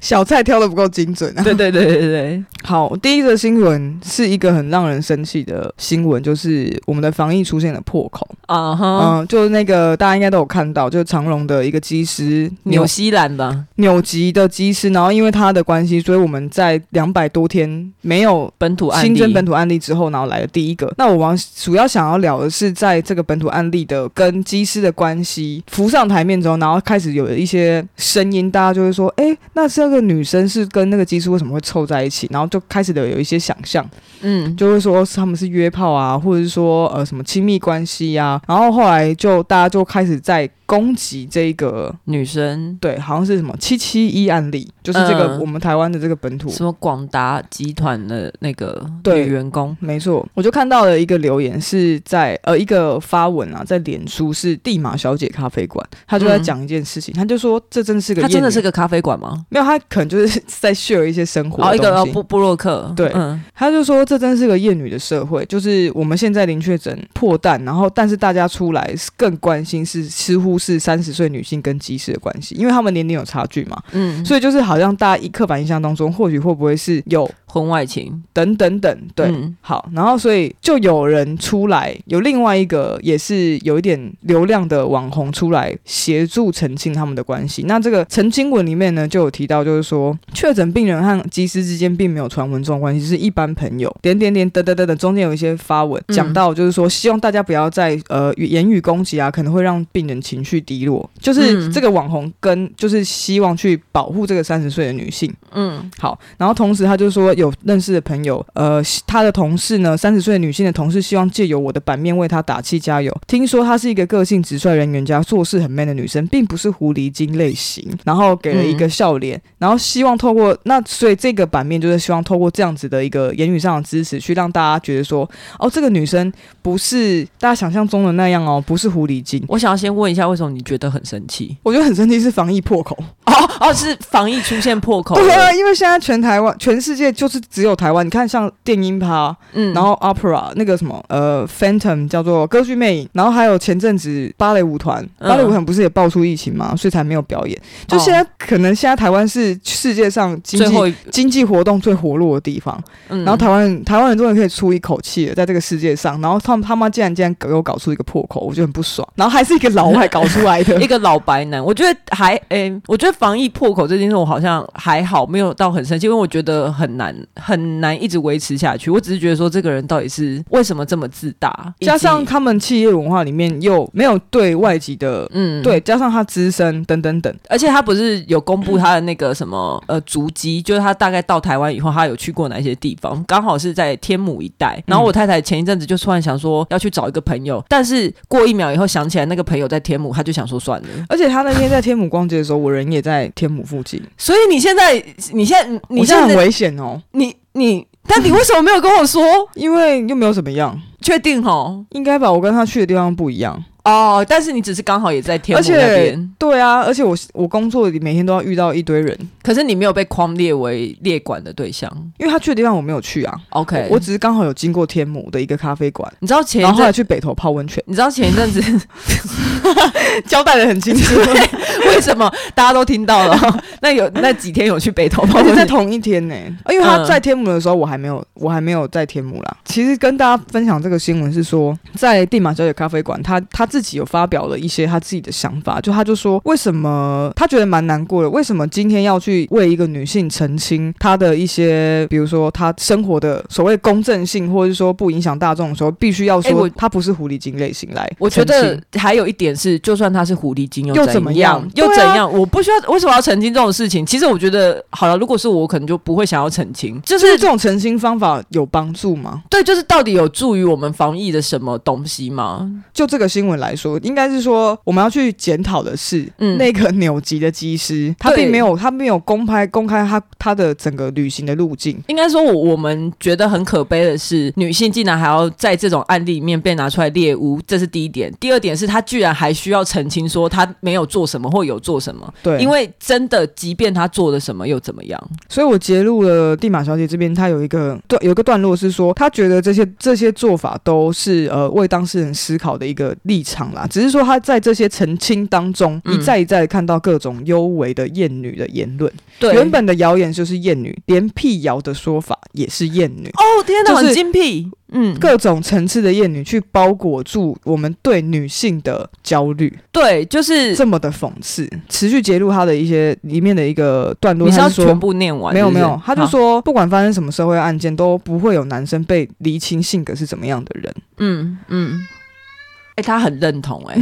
Speaker 2: 小菜挑的不够精准啊。
Speaker 1: 对对对对对，
Speaker 2: 好，第一个新闻是一个很让人生气的新闻，就是我们的防疫出现了破口。
Speaker 1: 啊哈，
Speaker 2: 嗯，就是那个大家应该都有看到，就是长隆的一个机师
Speaker 1: 纽西兰吧，
Speaker 2: 纽吉的机师，然后因为他的关系，所以我们在两百多天没有
Speaker 1: 本土案例，
Speaker 2: 新增本土案例之后，然后来了第一个。那我王主要想要聊的是，在这个本土案例的跟机师的关系浮上台面之后，然后开始有了一些声音，大家就会说，哎，那这个女生是跟那个机师为什么会凑在一起？然后就开始的有一些想象，
Speaker 1: 嗯，
Speaker 2: 就会说是他们是约炮啊，或者是说呃什么亲密关系啊，然后后来就大家就开始在攻击这个。
Speaker 1: 女生
Speaker 2: 对，好像是什么七七一案例，就是这个、
Speaker 1: 嗯
Speaker 2: 我们台湾的这个本土
Speaker 1: 什么广达集团的那个
Speaker 2: 对
Speaker 1: 女员工，
Speaker 2: 没错，我就看到了一个留言是在呃一个发文啊，在脸书是地马小姐咖啡馆，她就在
Speaker 1: 嗯
Speaker 2: 讲一件事情，她就说这真是个
Speaker 1: 她真的是
Speaker 2: 个
Speaker 1: 个咖啡馆吗？
Speaker 2: 没有，她可能就是在 share 哦一些生活
Speaker 1: 然后
Speaker 2: 的
Speaker 1: 一个
Speaker 2: 东
Speaker 1: 呃
Speaker 2: 西。
Speaker 1: 布布洛克，
Speaker 2: 对
Speaker 1: 嗯，
Speaker 2: 她就说这真是个厌女的社会，就是我们现在零确诊破蛋，然后但是大家出来是更关心是似乎是三十岁女性跟机师的关系，因为她们年龄有差距嘛，
Speaker 1: 嗯，
Speaker 2: 所以就是好像大家一刻板印象当中，或许会不会是有
Speaker 1: 婚外情，
Speaker 2: 等等等对。
Speaker 1: 嗯
Speaker 2: 好，然后所以就有人出来，有另外一个也是有一点流量的网红出来协助澄清他们的关系。那这个澄清文里面呢，就有提到，就是说确诊病人和技师之间并没有传闻这种关系，是一般朋友。点点点等等等等，中间有一些发文
Speaker 1: 嗯
Speaker 2: 讲到，就是说希望大家不要再呃言语攻击啊，可能会让病人情绪低落。就是
Speaker 1: 嗯
Speaker 2: 这个网红跟就是希望去保护这个三十岁的女性。
Speaker 1: 嗯
Speaker 2: 好，然后同时他就说有认识的朋友，呃，他的同事呢，三十岁的女性的同事，希望借由我的版面为他打气加油。听说她是一个个性直率、人缘佳、做事很 man 的女生，并不是狐狸精类型。然后给了一个笑脸，然后呃希望透过那，所以这个版面就是希望透过这样子的一个言语上的支持，去让大家觉得说，哦，这个女生不是大家想象中的那样哦，不是狐狸精。
Speaker 1: 我想要先问一下，为什么你觉得很生
Speaker 2: <laughs>
Speaker 1: 气？
Speaker 2: 我觉得很生气，是防疫破口。
Speaker 1: 哦哦，是防疫出现破口了，
Speaker 2: <laughs> 对啊，因为现在全台湾、全世界就是只有台湾。你看，像电音趴，
Speaker 1: 嗯
Speaker 2: 然后 opera 那个什么呃 Phantom 叫做歌剧魅影，然后还有前阵子芭蕾舞团，
Speaker 1: 嗯
Speaker 2: 芭蕾舞团不是也爆出疫情嘛，所以才没有表演。就
Speaker 1: 哦
Speaker 2: 现在、可能现在台湾是世界上经
Speaker 1: 最后
Speaker 2: 济
Speaker 1: 一，
Speaker 2: 经济活动最活络的地方，
Speaker 1: 嗯
Speaker 2: 然后台湾人台湾人终于可以出一口气了，在这个世界上，然后他们他妈竟然竟然给我搞出一个破口，我就很不爽，然后还是一个老外搞出来
Speaker 1: <laughs>
Speaker 2: 的 <laughs>
Speaker 1: 一。个老白男，我觉得还诶、我觉得防疫破口这件事，我好像还好，没有到很生气，因为我觉得很难很难一直维持下去。我只是觉得说，这个人到底是为什么这么自大，以及
Speaker 2: 加上他们企业文化里面又没有对外籍的，
Speaker 1: 嗯，
Speaker 2: 对，加上他资深等等等，
Speaker 1: 而且他不是有公布他的那个什么呃足迹，就是他大概到台湾以后，他有去过哪些地方，刚好是在天母一
Speaker 2: 嗯
Speaker 1: 带。然后我太太前一阵子就突然想说要去找一个朋友，但是过一秒以后想起来那个朋友在天母，他就想说算了。
Speaker 2: 而且他那天在天母逛街的时候，我人也在天母附近，
Speaker 1: 所以你现在，你现在，你
Speaker 2: 我现在
Speaker 1: 现
Speaker 2: 很
Speaker 1: 在，
Speaker 2: 危险哦，
Speaker 1: 你你，但你为什么没有跟我说？
Speaker 2: 因为又没有怎么样，
Speaker 1: 确定哦，
Speaker 2: 应该吧？我跟他去的地方不一样，
Speaker 1: 哦，但是你只是刚好也在天
Speaker 2: 而
Speaker 1: 母那
Speaker 2: 且
Speaker 1: 边，
Speaker 2: 对啊，而且我我工作里每天都要遇到一堆人，
Speaker 1: 可是你没有被框列为列管的对象。
Speaker 2: 因为他去的地方我没有去啊
Speaker 1: OK，
Speaker 2: 我我只是刚好有经过天母的一个咖啡馆，
Speaker 1: 你知道前
Speaker 2: 然
Speaker 1: 一
Speaker 2: 后后来
Speaker 1: 阵，
Speaker 2: 去北投泡温泉， <laughs>
Speaker 1: 你知道前一阵子 <laughs>
Speaker 2: 交代的很清楚，
Speaker 1: 为什么大家都听到了？ <laughs> 那有那几天有去北投泡
Speaker 2: 而且
Speaker 1: 温
Speaker 2: 在
Speaker 1: 泉，
Speaker 2: 同一天呢、哦因为他
Speaker 1: <laughs> 嗯
Speaker 2: 在天母的时候，我还没有，我还没有在天母啦。其实跟大家分享这个新闻是说，在地马小姐咖啡馆，他他自己有发表了一些他自己的想法，就他就说，为什么他觉得蛮难过的，为什么今天要去为一个女性澄清她的一些，比如说她生活的所谓公正性，或者是说不影响大众的时候，必须要
Speaker 1: 哎
Speaker 2: 说
Speaker 1: 我
Speaker 2: 她不是狐狸精类型来澄清。
Speaker 1: 我觉得还有一点是，就算他是狐狸精
Speaker 2: 又
Speaker 1: 又
Speaker 2: 怎么
Speaker 1: 样
Speaker 2: 样，
Speaker 1: 又
Speaker 2: 对啊
Speaker 1: 怎样？我不需要为什么要澄清这种事情？其实我觉得好了，如果是我，我可能就不会想要澄清，就
Speaker 2: 就是是这种澄清方法有帮助吗？
Speaker 1: 对，就是到底有助于我们防疫的什么东西吗？
Speaker 2: 就这个新闻来说，应该是说我们要去检讨的是，
Speaker 1: 嗯
Speaker 2: 那个纽吉的机师，他
Speaker 1: 对
Speaker 2: 并没有他没有公开公开他他的整个旅行的路径。
Speaker 1: 应该说我，我们觉得很可悲的是，女性竟然还要在这种案例里面被拿出来猎污，这是第一点。第二点是，她居然还需要澄清说她没有做什么或有做什么，
Speaker 2: <laughs> 对，
Speaker 1: 因为真的，即便她做了什么又怎么样？
Speaker 2: 所以我揭露了地马小姐这边，她有一个段有一个段落是说，她觉得这些这些做法都是呃为当事人思考的一个立场啦，只是说她在这些澄清当中，
Speaker 1: 嗯
Speaker 2: 一再一再地看到各种优为的厌女的言论，
Speaker 1: 对，
Speaker 2: 原本的谣言就是厌女，连辟谣的说法也是厌女。
Speaker 1: 哦天哪，
Speaker 2: 就是
Speaker 1: 很精辟，嗯，
Speaker 2: 各种层次的厌女去包裹住我们对女性的焦虑，
Speaker 1: 对，就是
Speaker 2: 这么的讽刺。持续揭露她的一些里面的一个段落，
Speaker 1: 你是
Speaker 2: 她
Speaker 1: 要
Speaker 2: 就说
Speaker 1: 全部念完？
Speaker 2: 没有
Speaker 1: 是不
Speaker 2: 没
Speaker 1: 是
Speaker 2: 有，她就，
Speaker 1: 好
Speaker 2: 说不管发生什么社会案件，都不会有男生被厘清性格是怎么样的人。
Speaker 1: 嗯嗯，哎、他很认同
Speaker 2: <laughs>
Speaker 1: 哎、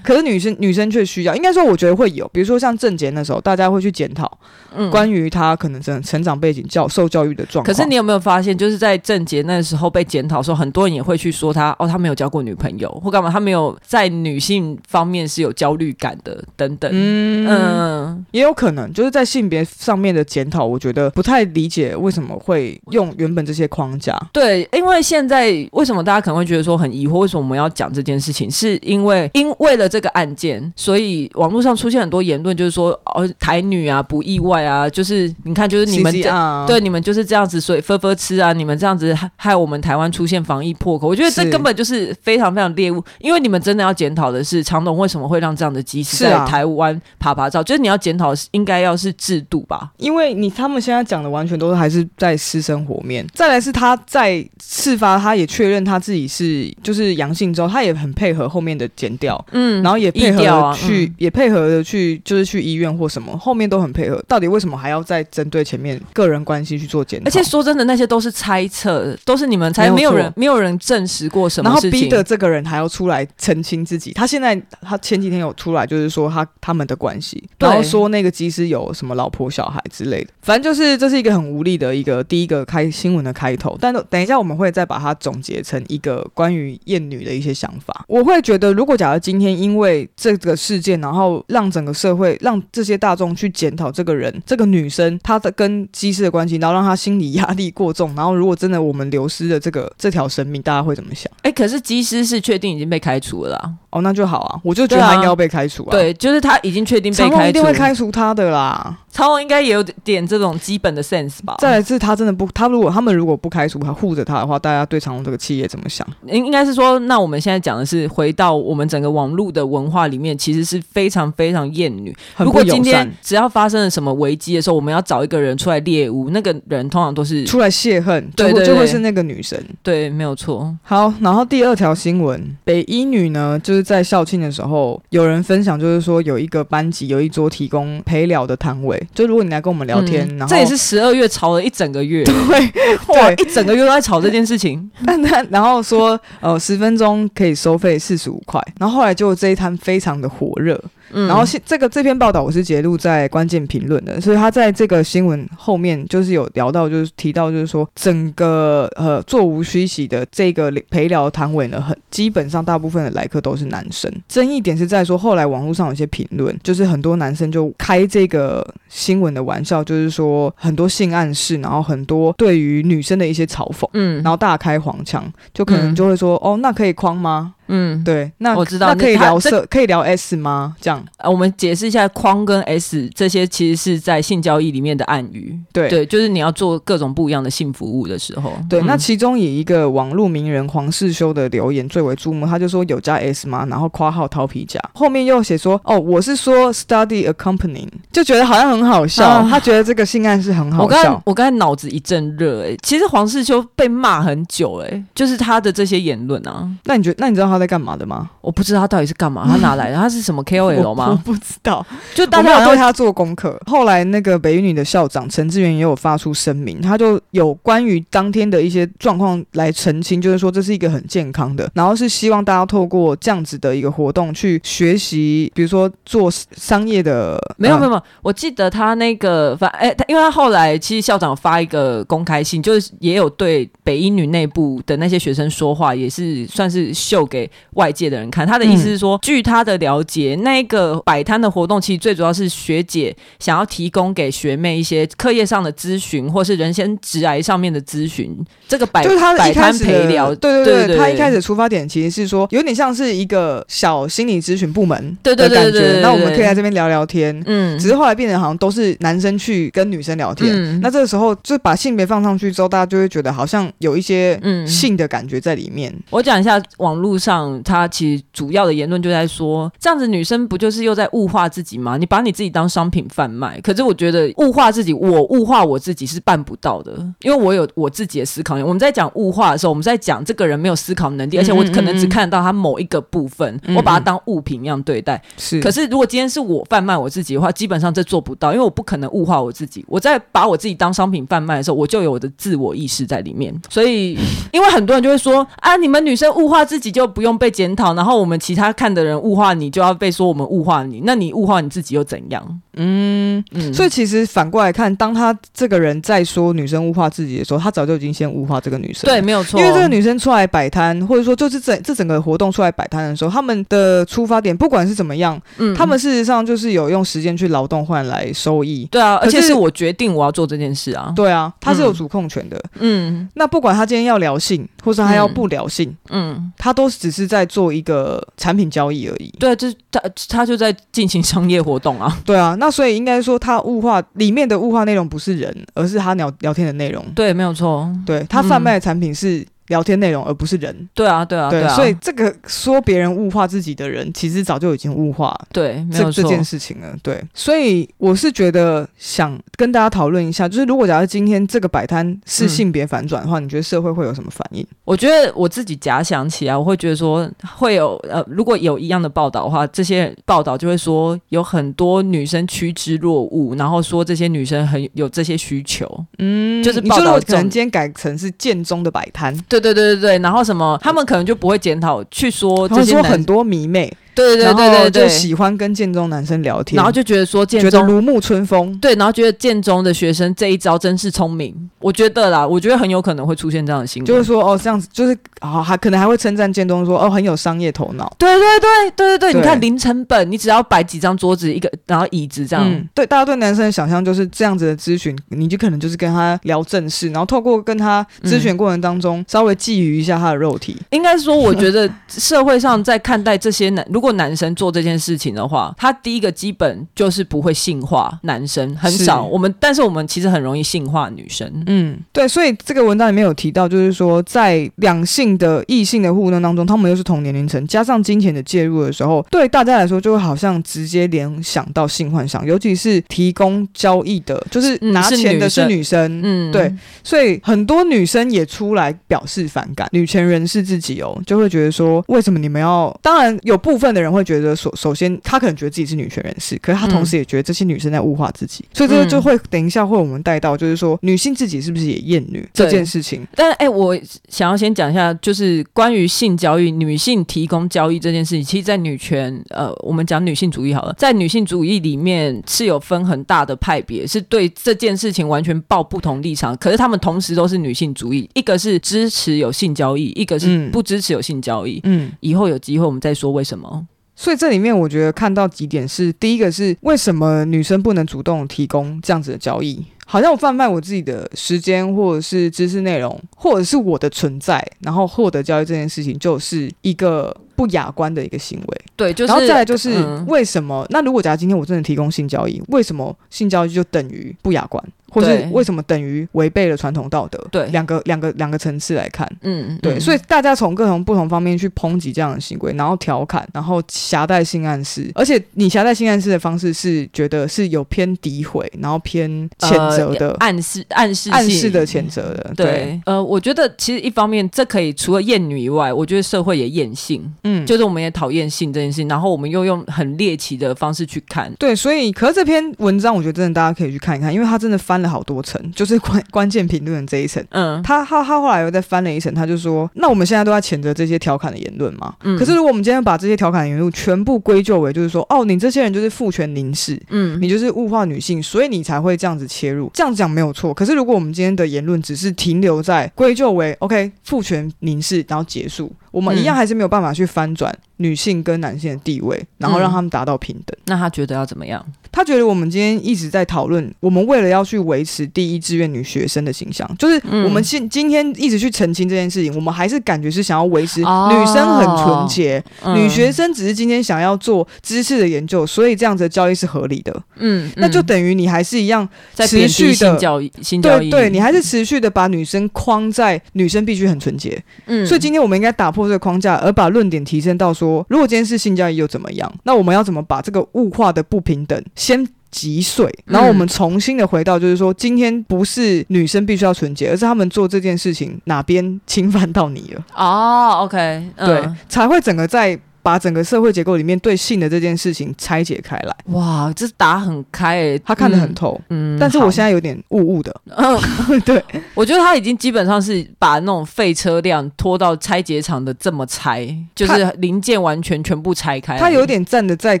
Speaker 2: 可是女生女生却需要，应该说我觉得会有，比如说像郑杰那时候，大家会去检讨
Speaker 1: 嗯，
Speaker 2: 关于他可能真的成长背景、教受教育的状
Speaker 1: 可
Speaker 2: 况。
Speaker 1: 是你有没有发现，就是在郑杰那时候被检讨的时候，很多人也会去说他哦，他没有交过女朋友或干嘛，他没有在女性方面是有焦虑感的等等。嗯
Speaker 2: 嗯也有可能就是在性别上面的检讨，我觉得不太理解为什么会用原本这些框架。
Speaker 1: 对，因为现在为什么大家可能会觉得说很疑惑，为什么我们要讲这件事情？是因为因为了这个案件，所以网络上出现很多言论，就是说哦，台女啊不意外啊，就是你看，就是你们这
Speaker 2: CCR
Speaker 1: 对，你们就是这样子，所以分分吃啊，你们这样子害害我们台湾出现防疫破口，我觉得这
Speaker 2: 是
Speaker 1: 根本就是非常非常猎物，因为你们真的要检讨的是长董为什么会让这样的机制
Speaker 2: 是
Speaker 1: 在
Speaker 2: 啊
Speaker 1: 台湾爬爬照，就是你要检讨的是应该要是制度吧，
Speaker 2: 因为你他们现在讲的完全都是还是在私生活面，再来是他在事发，他也确认他自己是就是阳性之后，他也很配合后面的剪掉，
Speaker 1: 嗯，
Speaker 2: 然后也配合
Speaker 1: 疫调
Speaker 2: 地
Speaker 1: 啊
Speaker 2: 去，
Speaker 1: 嗯
Speaker 2: 也配合的去就是去医院或什么，后面都很配合。到底为什么还要再针对前面个人关系去做检讨？
Speaker 1: 而且说真的，那些都是猜测，都是你们猜，
Speaker 2: 没
Speaker 1: 没
Speaker 2: 有
Speaker 1: 有
Speaker 2: 错
Speaker 1: 人没有人证实过什
Speaker 2: 然
Speaker 1: 么
Speaker 2: 后
Speaker 1: 事
Speaker 2: 逼
Speaker 1: 情。
Speaker 2: 得这个人还要出来澄清自己。他现在他前几天有出来，就是说他他们的关系，
Speaker 1: 对
Speaker 2: 然后说那个机师有什么老婆小孩之类的。反正就是这是一个很无力的一个第一个开新闻的开头。但等一下我们会再把它总结成一个关于厌女的一些想法。我会觉得，如果假如今天因为这个事件，然后让整个社会让这些大众去检讨这个人这个女生她的跟机师的关系，然后让她心理压力过重，然后如果真的我们流失了这个这条生命，大家会怎么想？
Speaker 1: 哎、可是机师是确定已经被开除了啦，
Speaker 2: 哦，那就好啊，我就觉
Speaker 1: 对
Speaker 2: 得
Speaker 1: 啊
Speaker 2: 他应该要被开除啊。，
Speaker 1: 对，就是他已经确定被
Speaker 2: 长隆
Speaker 1: 开除
Speaker 2: 一定。会开除他的啦。
Speaker 1: 长龙应该也有点这种基本的 sense 吧？
Speaker 2: 再来是他真的不，他如果他们如果不开除他护着他的话，大家对长隆这个企业怎么想？
Speaker 1: 应应该是说，那我们现在讲的是回到我们整个网络的文化里面，其实是非常非常厌女。
Speaker 2: 很
Speaker 1: 如
Speaker 2: 不
Speaker 1: 果
Speaker 2: 友
Speaker 1: 今天
Speaker 2: 善，
Speaker 1: 只要发生了什么危机的时候，我们要找一个人出来猎物，那个人通常都是
Speaker 2: 出来泄恨，
Speaker 1: 对
Speaker 2: 就会
Speaker 1: 对
Speaker 2: 就会
Speaker 1: 对
Speaker 2: 是那个女生。
Speaker 1: 对，没有错。
Speaker 2: 好，然后第二条新闻，北一女呢，就是在校庆的时候，有人分享，就是说有一个班级有一桌提供陪聊的摊位，就如果你来跟我们聊天，
Speaker 1: 嗯
Speaker 2: 然后
Speaker 1: 这也是十二月吵了一整个月，
Speaker 2: <laughs> 对， <laughs>
Speaker 1: 哇，一整个月都在吵这件事情。
Speaker 2: 但他然后说，呃，十分钟可以收费四十五块，然后后来就这一摊非常的火热，
Speaker 1: 嗯
Speaker 2: 然后现这个这篇报道我是截录在关键评论的，所以他在这个新闻后面就是有聊到，就是提到就是说整个呃座无虚席的这个陪聊摊位呢，很基本上大部分的来客都是男生。争议点是在说后来网络上有些评论，就是很多男生就开这个新闻的玩笑，就是说很多性暗示，然后很多对于女生的一些嘲讽。
Speaker 1: 嗯，
Speaker 2: 然后大开黄腔，就可能
Speaker 1: 嗯
Speaker 2: 就会说、哦，那可以框吗？
Speaker 1: 嗯，
Speaker 2: 对，那
Speaker 1: 我知道
Speaker 2: 那可以
Speaker 1: 那他
Speaker 2: 聊
Speaker 1: 这
Speaker 2: 色，可以聊 S 吗？这样
Speaker 1: 呃我们解释一下，框跟 S 这些其实是在性交易里面的暗语。
Speaker 2: 对
Speaker 1: 对，就是你要做各种不一样的性服务的时候。
Speaker 2: 对，
Speaker 1: 嗯
Speaker 2: 那其中以一个网络名人黄世修的留言最为注目，他就说有加 S 吗？然后括号桃皮夹，后面又写说哦，我是说 study accompanying，就觉得好像很好笑，
Speaker 1: 啊
Speaker 2: 他觉得这个性暗示很
Speaker 1: 我
Speaker 2: 好
Speaker 1: 刚才
Speaker 2: 笑。
Speaker 1: 我刚才脑子一阵热哎、欸其实黄世修被骂很久哎、欸就是他的这些言论啊，
Speaker 2: 那你觉得那你知道他在干嘛的吗？
Speaker 1: 我不知道他到底是干嘛，他哪来的？他是什么
Speaker 2: 我
Speaker 1: KOL
Speaker 2: <laughs> 我
Speaker 1: 吗？
Speaker 2: 不知道，
Speaker 1: 就 <laughs>
Speaker 2: 大
Speaker 1: 大
Speaker 2: 家
Speaker 1: 家
Speaker 2: 有对
Speaker 1: 对
Speaker 2: 他做功课。后来那个北一女的校长陈志远也有发出声明，他就有关于当天的一些状况来澄清，就是说这是一个很健康的，然后是希望大家透过这样子的一个活动去学习，比如说做商业的，
Speaker 1: 没有
Speaker 2: 呃
Speaker 1: 没有，没有，我记得他那个反哎、他因为他后来其实校长发一个公开信，就是也有对北一女内部的那些学生说话，也是算是秀给外界的人看。他的意思是说，
Speaker 2: 嗯
Speaker 1: 据他的了解，那个摆摊的活动其实最主要是学姐想要提供给学妹一些课业上的咨询，或是人生职涯上面的咨询。这个摆
Speaker 2: 就是他
Speaker 1: 摆
Speaker 2: 一开
Speaker 1: 摊
Speaker 2: 始
Speaker 1: 陪
Speaker 2: 的
Speaker 1: 聊，对
Speaker 2: 对对
Speaker 1: 对对
Speaker 2: 他一开始出发点其实是说，有点像是一个小心理咨询部门
Speaker 1: 对对
Speaker 2: 的
Speaker 1: 对
Speaker 2: 感
Speaker 1: 对对
Speaker 2: 觉，
Speaker 1: 对
Speaker 2: 那我们
Speaker 1: 对
Speaker 2: 可以在这边聊聊天，
Speaker 1: 嗯，
Speaker 2: 只是后来变成好像都是男生去跟女生聊天，
Speaker 1: 嗯
Speaker 2: 那这个时候就把性别放上去之后，大家就会觉得好像有一些
Speaker 1: 嗯
Speaker 2: 性的感觉在里面。
Speaker 1: 我讲一下网络上他其实主要的言论就在说，这样子女生不就是又在物化自己吗？你把你自己当商品贩卖。可是我觉得物化自己，我物化我自己是办不到的，因为我有我自己的思考能力。我们在讲物化的时候，我们在讲这个人没有思考能力，
Speaker 2: 嗯
Speaker 1: 而且我
Speaker 2: 嗯
Speaker 1: 可能只
Speaker 2: 嗯
Speaker 1: 看到他某一个部分，
Speaker 2: 嗯
Speaker 1: 我把它
Speaker 2: 嗯
Speaker 1: 当物品一样对待。
Speaker 2: 是
Speaker 1: 可
Speaker 2: 是
Speaker 1: 是如果今天是我贩卖我自己的话，基本上这做不到，因为我不可能物化我自己。我在把我自己当商品贩卖的时候，我就
Speaker 2: <laughs>
Speaker 1: 有我的自我意识在里面。所以，因为很多人就会说啊，你们女生物化自己就不用用被检讨，然后我们其他看的人物化你，就要被说我们物化你，那你物化你自己又怎样？
Speaker 2: 嗯，
Speaker 1: 嗯，
Speaker 2: 所以其实反过来看，当他这个人在说女生物化自己的时候，他早就已经先物化这个女生。
Speaker 1: 对，，没有错，
Speaker 2: 因为这个女生出来摆摊，或者说就是整这整个活动出来摆摊的时候，他们的出发点不管是怎么样，
Speaker 1: 嗯
Speaker 2: 他们事实上就是有用时间去劳动换来收益。
Speaker 1: 对啊，而且
Speaker 2: 可是
Speaker 1: 是我决定我要做这件事啊，
Speaker 2: 对啊，他是有
Speaker 1: 嗯
Speaker 2: 主控权的。
Speaker 1: 嗯
Speaker 2: 那不管他今天要聊性，或是他要
Speaker 1: 嗯
Speaker 2: 不聊性，
Speaker 1: 嗯，
Speaker 2: 他都只是在做一个产品交易而已。
Speaker 1: 对啊，就是他他就在进行商业活动啊，
Speaker 2: 对啊，那所以应该说他物化里面的物化内容不是人，而是他聊聊天的内容。
Speaker 1: 对，没有错，
Speaker 2: 对他贩卖的产品是聊天内容，而不是人。
Speaker 1: 对啊，对啊，
Speaker 2: 对，
Speaker 1: 啊，
Speaker 2: 所以这个说别人物化自己的人，其实早就已经物化
Speaker 1: 对，没
Speaker 2: 这
Speaker 1: 有
Speaker 2: 这
Speaker 1: 错，
Speaker 2: 件事情了。对，所以我是觉得想跟大家讨论一下，就是如果假设今天这个摆摊是
Speaker 1: 嗯
Speaker 2: 性别反转的话，你觉得社会会有什么反应？
Speaker 1: 我觉得我自己假想起来，我会觉得说会有呃，如果有一样的报道的话，这些报道就会说有很多女生趋之若鹜，然后说这些女生很有这些需求。
Speaker 2: 嗯
Speaker 1: 就是
Speaker 2: 你
Speaker 1: 报
Speaker 2: 说如
Speaker 1: 道
Speaker 2: 果
Speaker 1: 这
Speaker 2: 可能
Speaker 1: 种
Speaker 2: 今天改成是建中的摆摊，
Speaker 1: 对对对对对，然后什么，他们可能就不会检讨去说
Speaker 2: 他
Speaker 1: 这
Speaker 2: 会
Speaker 1: 些
Speaker 2: 说
Speaker 1: 男
Speaker 2: 很，多迷妹，
Speaker 1: 对对对对
Speaker 2: 然后
Speaker 1: 对
Speaker 2: 就
Speaker 1: 对，
Speaker 2: 喜欢跟建中男生聊天，
Speaker 1: 然后就觉得说建
Speaker 2: 觉得
Speaker 1: 中。
Speaker 2: 如沐春风。
Speaker 1: 对，然后觉得建中的学生这一招真是聪明，我觉得啦，我觉得很有可能会出现这样的新闻，
Speaker 2: 就是说哦，这样子就是哦，还可能还会称赞建中说哦，很有商业头脑。
Speaker 1: 对对对对对对，
Speaker 2: 对
Speaker 1: 你看零成本，你只要摆几张桌子一个，然后椅子这样，
Speaker 2: 嗯，对，大家对男生的想象就是这样子的咨询，你就可能就是跟他聊正事，然后透过跟他
Speaker 1: 嗯
Speaker 2: 咨询过程当中，稍微觊觎一下他的肉体。
Speaker 1: 应该说，我觉得社会上在看待这些男，如果男生做这件事情的话，他第一个基本就是不会性化男生，很
Speaker 2: 是
Speaker 1: 少。我们但是我们其实很容易性化女生。
Speaker 2: 嗯，对，所以这个文章里面有提到，就是说在两性的异性的互动当中，他们又是同年龄层，加上金钱的介入的时候，对大家来说就会好像直接联想到性幻想，尤其是提供交易的，就是
Speaker 1: 嗯
Speaker 2: 拿
Speaker 1: 是
Speaker 2: 钱的
Speaker 1: 女
Speaker 2: 是
Speaker 1: 生
Speaker 2: 女生，
Speaker 1: 嗯，
Speaker 2: 对，所以很多女生也出来表示反感，女权人士自己哦，就会觉得说，为什么你们要？当然有部分的人会觉得首首先她可能觉得自己是女权人士，可是她
Speaker 1: 嗯
Speaker 2: 同时也觉得这些女生在物化自己，所以这个
Speaker 1: 嗯
Speaker 2: 就会等一下会我们带到，就是说女性自己是不是也厌女这件事情。
Speaker 1: 但哎、我想要先讲一下，就是关于性交易，女性提供交易这件事情，其实，在女权，呃，我们讲女性主义好了，在女性主义里面是有分很大的派别，是对这件事情完全抱不同立场，可是他们同时都是女性主义，一个是支持有性交易，一个是
Speaker 2: 嗯
Speaker 1: 不支持有性交易。
Speaker 2: 嗯，
Speaker 1: 以后有机会我们再说为什么。
Speaker 2: 所以这里面我觉得看到几点是，第一个是为什么女生不能主动提供这样子的交易？好像我贩卖我自己的时间，或者是知识内容，或者是我的存在，然后获得交易这件事情，就是一个不雅观的一个行为。
Speaker 1: 对，就是
Speaker 2: 然后再来就是、
Speaker 1: 嗯
Speaker 2: 为什么？那如果假如今天我真的提供性交易，为什么性交易就等于不雅观，或是
Speaker 1: 对
Speaker 2: 为什么等于违背了传统道德？
Speaker 1: 对
Speaker 2: 两个两个两个层次来看。
Speaker 1: 嗯，
Speaker 2: 对，
Speaker 1: 嗯
Speaker 2: 所以大家从各种不同方面去抨击这样的行为，然后调侃，然后狭带性暗示，而且你狭带性暗示的方式是觉得是有偏诋毁，然后偏谴责的、
Speaker 1: 呃暗示暗示
Speaker 2: 暗示
Speaker 1: 性
Speaker 2: 的谴责的，对，
Speaker 1: 对，呃，我觉得其实一方面，这可以除了厌女以外，我觉得社会也厌性，
Speaker 2: 嗯，
Speaker 1: 就是我们也讨厌性这件事情，然后我们又用很猎奇的方式去看。
Speaker 2: 对，所以可是这篇文章，我觉得真的大家可以去看一看，因为它真的翻了好多层，就是关关键评论这一层。
Speaker 1: 嗯，
Speaker 2: 他他他后来又再翻了一层，他就说：“那我们现在都在谴责这些调侃的言论嘛？
Speaker 1: 嗯
Speaker 2: 可是如果我们今天把这些调侃的言论全部归咎为，就是说，哦，你这些人就是父权凝视，
Speaker 1: 嗯
Speaker 2: 你就是物化女性，所以你才会这样子切入。这样讲没有错。可是如果我们今天的言论只是停留在归咎为 OK 父权凝视，然后结束，我们一样
Speaker 1: 嗯
Speaker 2: 还是没有办法去翻转女性跟男性的地位，然后让
Speaker 1: 嗯
Speaker 2: 他们达到平等。
Speaker 1: 那他觉得要怎么样？
Speaker 2: 他觉得我们今天一直在讨论，我们为了要去维持第一志愿女学生的形象，就是
Speaker 1: 嗯
Speaker 2: 我们今今天一直去澄清这件事情，我们还是感觉是想要维持
Speaker 1: 哦
Speaker 2: 女生很纯洁，
Speaker 1: 嗯
Speaker 2: 女学，生只是今天想要做知识的研究，所以这样子的交易是合理的。
Speaker 1: 嗯，
Speaker 2: 那就
Speaker 1: 嗯
Speaker 2: 等于你还是一样，
Speaker 1: 在
Speaker 2: 持
Speaker 1: 贬
Speaker 2: 续
Speaker 1: 低性
Speaker 2: 地
Speaker 1: 教育，性教
Speaker 2: 对
Speaker 1: 育，
Speaker 2: 对，你还是持续的把女生框在女生必须很纯洁。
Speaker 1: 嗯，
Speaker 2: 所以今天我们应该打破这个框架，而把论点提升到说，如果今天是性交易又怎么样？那我们要怎么把这个物化的不平等先？击碎，然后
Speaker 1: 嗯
Speaker 2: 我们重新的回到，就是说，今天不是女生必须要纯洁，而是他们做这件事情哪边侵犯到你了，
Speaker 1: 哦，OK，嗯
Speaker 2: 对，才会整个在把整个社会结构里面对性的这件事情拆解开来，
Speaker 1: 哇，这打很开诶、
Speaker 2: 他看得很
Speaker 1: 嗯
Speaker 2: 透。
Speaker 1: 嗯
Speaker 2: 但是我
Speaker 1: 好
Speaker 2: 现在有点雾雾的，
Speaker 1: 嗯，
Speaker 2: <laughs> 对，
Speaker 1: 我觉得他已经基本上是把那种废车辆拖到拆解厂的这么拆，就是零件完全全部拆开。
Speaker 2: 他有点站的再